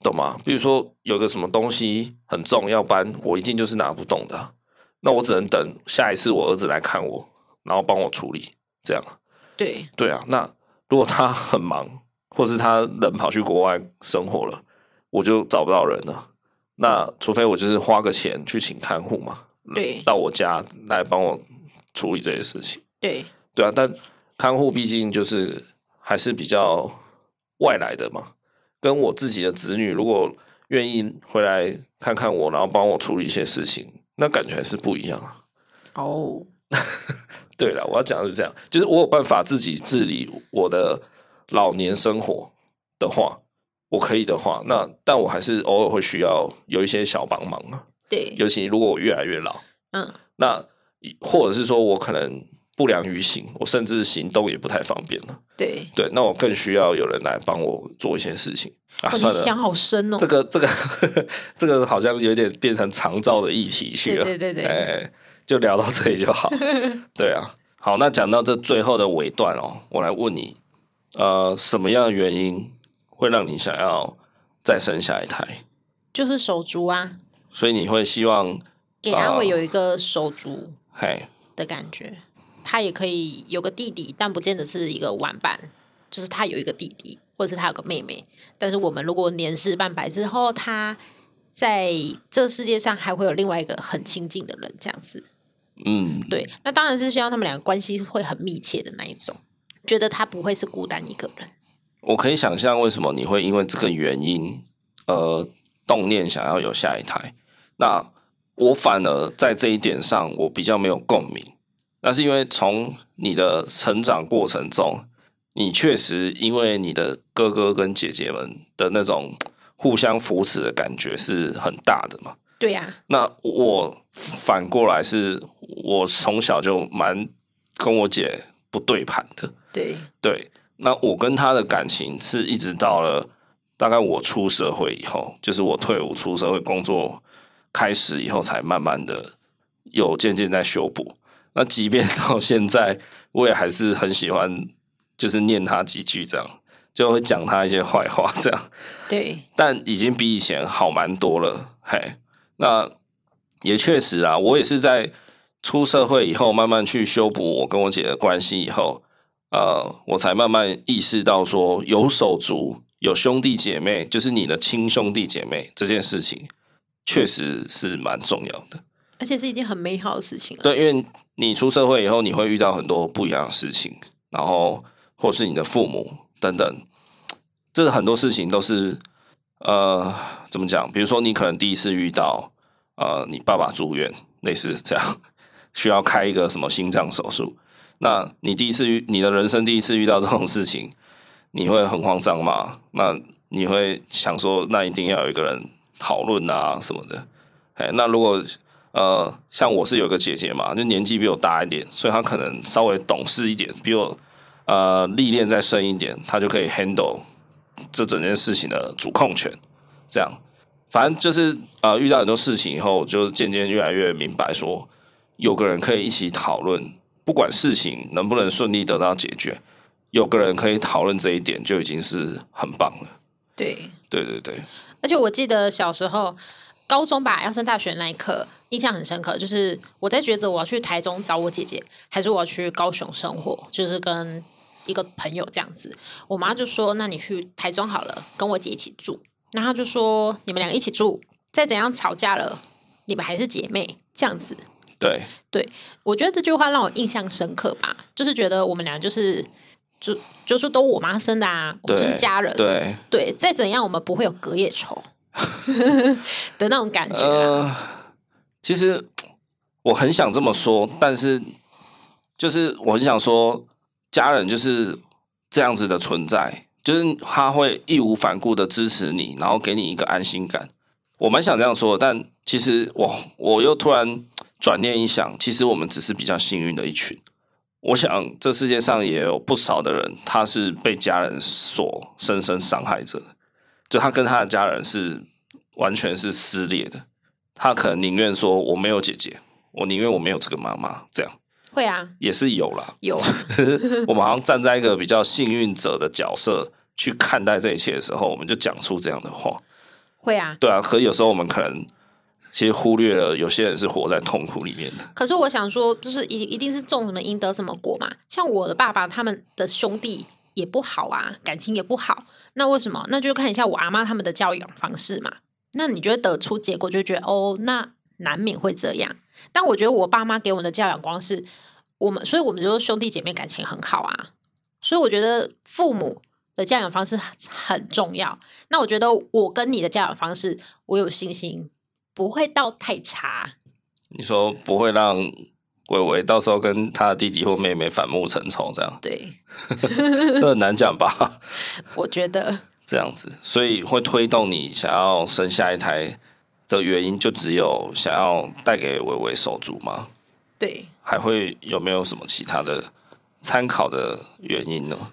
A: 懂吗？比如说有个什么东西很重要搬，我一定就是拿不动的啊、那我只能等下一次我儿子来看我，然后帮我处理，这样。啊
B: 对，
A: 对啊，那如果他很忙，或是他人跑去国外生活了，我就找不到人了。那除非我就是花个钱去请看护嘛，
B: 对，
A: 到我家来帮我处理这些事情。
B: 对，
A: 对啊，但看护毕竟就是还是比较外来的嘛，跟我自己的子女如果愿意回来看看我，然后帮我处理一些事情，那感觉还是不一样啊。
B: 哦，
A: 对了，我要讲的是这样，就是我有办法自己治理我的老年生活的话，我可以的话，那但我还是偶尔会需要有一些小帮忙啊。
B: 对，
A: 尤其如果我越来越老，
B: 嗯，
A: 那或者是说我可能不良于行，我甚至行动也不太方便了。
B: 对。
A: 对，那我更需要有人来帮我做一些事情啊。
B: 哦，
A: 算
B: 你
A: 了，
B: 想好深哦
A: 这。个 这个这个好像有点变成长照的议题去了。
B: 对对对对
A: 哎，就聊到这里就好。对啊，好，那讲到这最后的尾段哦，我来问你，呃，什么样的原因会让你想要再生下一胎？
B: 就是手足啊，
A: 所以你会希望，
B: 给
A: 啊
B: 阿伟有一个手足
A: 嘿，
B: 的感觉，他也可以有个弟弟，但不见得是一个玩伴，就是他有一个弟弟，或者是他有个妹妹。但是我们如果年事半百之后，他在这个世界上还会有另外一个很亲近的人，这样子。
A: 嗯，
B: 对，那当然是希望他们两个关系会很密切的那一种，觉得他不会是孤单一个人。
A: 我可以想象为什么你会因为这个原因，呃，动念想要有下一胎。那我反而在这一点上，我比较没有共鸣。那是因为从你的成长过程中，你确实因为你的哥哥跟姐姐们的那种互相扶持的感觉是很大的嘛。
B: 对呀、
A: 那我反过来是，我从小就蛮跟我姐不对盘的。
B: 对
A: 对，那我跟他的感情是一直到了大概我出社会以后，就是我退伍出社会工作开始以后，才慢慢的有渐渐在修补。那即便到现在，我也还是很喜欢，就是念他几句这样，就会讲他一些坏话这样。
B: 对
A: 但已经比以前好蛮多了。嘿，那也确实啊，我也是在出社会以后，慢慢去修补我跟我姐的关系以后，呃，我才慢慢意识到说，有手足、有兄弟姐妹，就是你的亲兄弟姐妹这件事情，确实是蛮重要的。
B: 而且是一件很美好的事情啊。
A: 对，因为你出社会以后，你会遇到很多不一样的事情，然后或是你的父母等等，这很多事情都是呃怎么讲？比如说你可能第一次遇到呃你爸爸住院，类似这样，需要开一个什么心脏手术，那你第一次遇你的人生第一次遇到这种事情，你会很慌张吗？那你会想说，那一定要有一个人讨论啊什么的。哎，那如果呃，像我是有个姐姐嘛，就年纪比我大一点，所以她可能稍微懂事一点，比我呃历练再深一点，她就可以 handle 这整件事情的主控权。这样，反正就是呃遇到很多事情以后，我就渐渐越来越明白说，有个人可以一起讨论，不管事情能不能顺利得到解决，有个人可以讨论这一点就已经是很棒了。
B: 对。
A: 对对对，
B: 而且我记得小时候，高中吧要升大学那一刻，印象很深刻。就是我在抉择我要去台中找我姐姐，还是我要去高雄生活，就是跟一个朋友这样子。我妈就说：“那你去台中好了，跟我姐一起住。”然后她就说：“你们两个一起住，再怎样吵架了，你们还是姐妹。”这样子，
A: 对，
B: 我觉得这句话让我印象深刻吧，就是觉得我们俩就是就就是都我妈生的啊，我们就是
A: 对
B: 家人，
A: 对，
B: 对，再怎样我们不会有隔夜仇的那种感觉啊、
A: 呃，其实我很想这么说，但是就是我很想说，家人就是这样子的存在，就是他会义无反顾的支持你，然后给你一个安心感。我蛮想这样说的，但其实我我又突然转念一想，其实我们只是比较幸运的一群。我想这世界上也有不少的人，他是被家人所深深伤害着的，就他跟他的家人是完全是撕裂的。他可能宁愿说我没有姐姐，我宁愿我没有这个妈妈，这样
B: 会啊，
A: 也是有 啦。
B: 有啊
A: 我们好像站在一个比较幸运者的角色去看待这一切的时候，我们就讲出这样的话。
B: 会啊，
A: 对啊，可有时候我们可能其实忽略了有些人是活在痛苦里面的。
B: 可是我想说，就是一一定是种什么因得什么果嘛。像我的爸爸他们的兄弟也不好啊，感情也不好。那为什么？那就看一下我阿妈他们的教养方式嘛。那你就会得出结果，就觉得哦，那难免会这样。但我觉得我爸妈给我的教养光是我们，所以我们就兄弟姐妹感情很好啊。所以我觉得父母的教养方式很很重要。那我觉得我跟你的教养方式，我有信心不会到太差。
A: 你说不会让伟伟到时候跟他的弟弟或妹妹反目成仇，这样
B: 对，
A: 这很难讲吧？
B: 我觉得
A: 这样子，所以会推动你想要生下一胎的原因，就只有想要带给伟伟手足吗？
B: 对，
A: 还会有没有什么其他的参考的原因呢？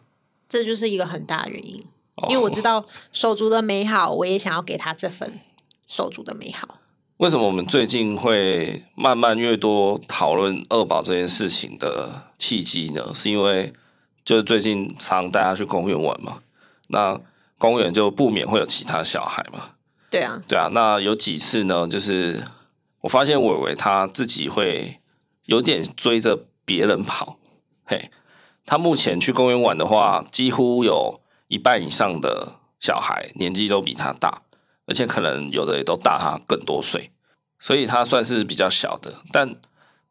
B: 这就是一个很大的原因。
A: 哦
B: 因为我知道手足的美好，我也想要给他这份手足的美好。
A: 为什么我们最近会慢慢越多讨论二宝这件事情的契机呢？是因为就是最近常带他去公园玩嘛，那公园就不免会有其他小孩嘛，
B: 对啊，
A: 对啊。那有几次呢，就是我发现伟伟他自己会有点追着别人跑，嘿，他目前去公园玩的话，几乎有一半以上的小孩年纪都比他大，而且可能有的也都大他更多岁，所以他算是比较小的，但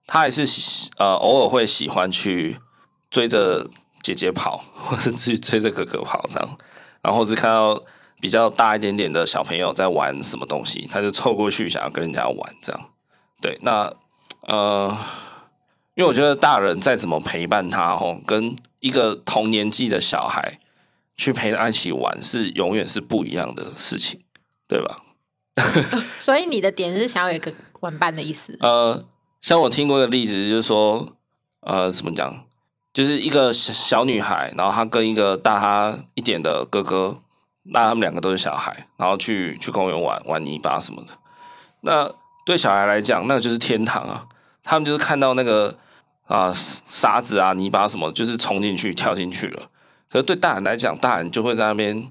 A: 他还是喜呃偶尔会喜欢去追着姐姐跑，或者去追着哥哥跑这样，然后是看到比较大一点点的小朋友在玩什么东西，他就凑过去想要跟人家玩这样。对，那呃，因为我觉得大人再怎么陪伴他吼，跟一个同年纪的小孩去陪他一起玩是永远是不一样的事情，对吧？
B: 所以你的点是想要有一个玩伴的意思。嗯
A: 呃，像我听过的例子就是说，呃，怎么讲，就是一个小小女孩，然后她跟一个大她一点的哥哥，那他们两个都是小孩，然后去去公园玩玩泥巴什么的。那对小孩来讲，那就是天堂啊！他们就是看到那个啊、沙沙子啊、泥巴什么，就是冲进去、跳进去了。可是对大人来讲，大人就会在那边，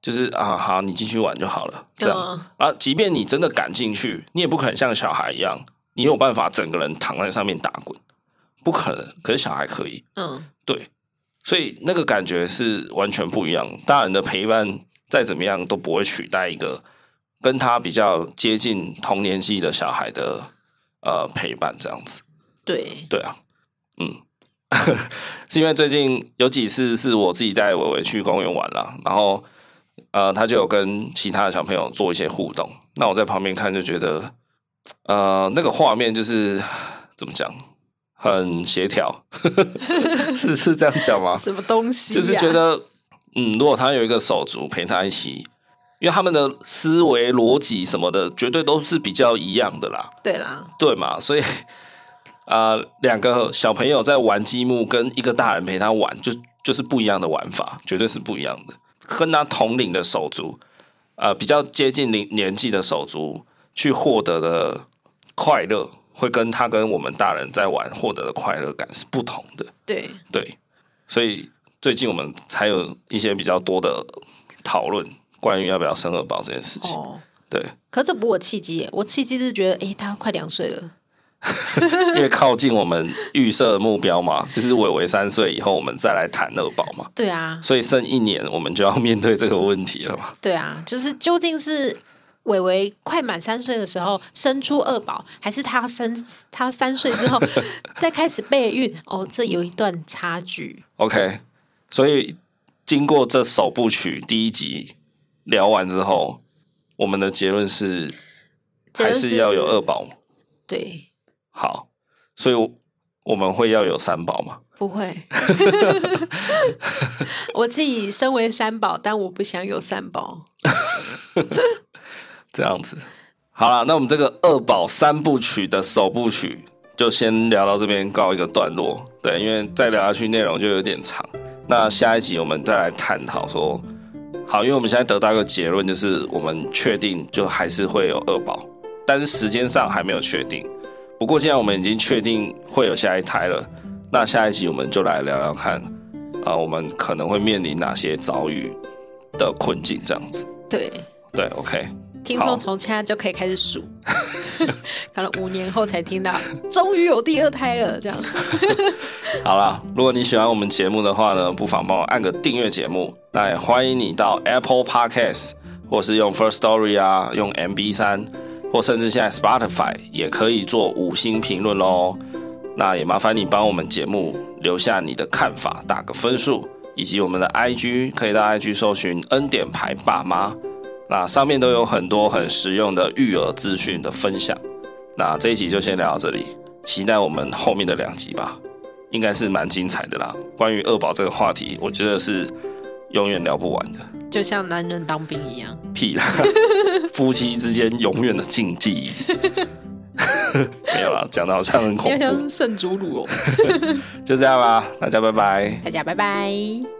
A: 就是啊，好，你继续玩就好了，这样。
B: 嗯，
A: 啊，即便你真的敢进去，你也不可能像小孩一样，你有办法整个人躺在上面打滚，不可能。可是小孩可以，
B: 嗯，
A: 对，所以那个感觉是完全不一样。大人的陪伴再怎么样都不会取代一个跟他比较接近同年纪的小孩的呃陪伴，这样子。
B: 对，
A: 对啊，嗯， 是因为最近有几次是我自己带伟伟去公园玩啦，然后呃，他就有跟其他的小朋友做一些互动，那我在旁边看就觉得，呃，那个画面就是怎么讲，很协调， 是是这样讲 吗？
B: 什么东西、
A: 啊就是觉，得，嗯，如果他有一个手足陪他一起，因为他们的思维逻辑什么的，绝对都是比较一样的啦。
B: 对啦，
A: 对嘛，所以啊，呃两、个小朋友在玩积木，跟一个大人陪他玩，就就是不一样的玩法，绝对是不一样的。跟他同龄的手足，呃，比较接近龄年纪的手足去获得的快乐，会跟他跟我们大人在玩获得的快乐感是不同的。
B: 对，
A: 对，所以最近我们才有一些比较多的讨论，关于要不要生二宝这件事情。
B: 哦。
A: 对，
B: 可是这不是我契机耶，我契机是觉得，诶，他快两岁了，
A: 越靠近我们预设的目标嘛，就是伟伟三岁以后，我们再来谈二宝嘛。
B: 对啊，
A: 所以剩一年，我们就要面对这个问题了嘛。
B: 对啊，就是究竟是伟伟快满三岁的时候生出二宝，还是他生他三岁之后再开始备孕？哦，这有一段差距。
A: OK，所以经过这首部曲第一集聊完之后，我们的结论是
B: 结
A: 还
B: 论是
A: 是要有二宝。
B: 对，
A: 好，所以我我们会要有三宝嘛？
B: 不 会。我自己身为三宝，但我不想有三宝。
A: 这样子。好了，那我们这个二宝三部曲的首部曲就先聊到这边告一个段落。对，因为再聊下去内容就有点长。那下一集我们再来探讨说，好，因为我们现在得到一个结论，就是我们确定就还是会有二宝，但是时间上还没有确定。不过既然我们已经确定会有下一胎了，那下一集我们就来聊聊看，啊、我们可能会面临哪些遭遇的困境，这样子。
B: 对，
A: 对，OK。
B: 听
A: 好
B: 众从现在就可以开始数。 可能五年后才听到，终于有第二胎了，这样。
A: 好啦，如果你喜欢我们节目的话呢，不妨帮我按个订阅节目。那也欢迎你到 Apple Podcast，或是用 First Story 啊，用 MB 三，或甚至现在 Spotify 也可以做五星评论喽。那也麻烦你帮我们节目留下你的看法，打个分数，以及我们的 IG 可以到 IG 搜寻“恩典牌爸妈”，那上面都有很多很实用的育儿资讯的分享。那这一集就先聊到这里，期待我们后面的两集吧。应该是蛮精彩的啦。关于二宝这个话题，我觉得是永远聊不完的。
B: 就像男人当兵一样，
A: 屁啦， 夫妻之间永远的禁忌。 没有啦，讲的好像很恐
B: 要
A: 怖。
B: 像圣祖鲁哦。
A: 就这样啦，大家拜拜。
B: 大家拜拜。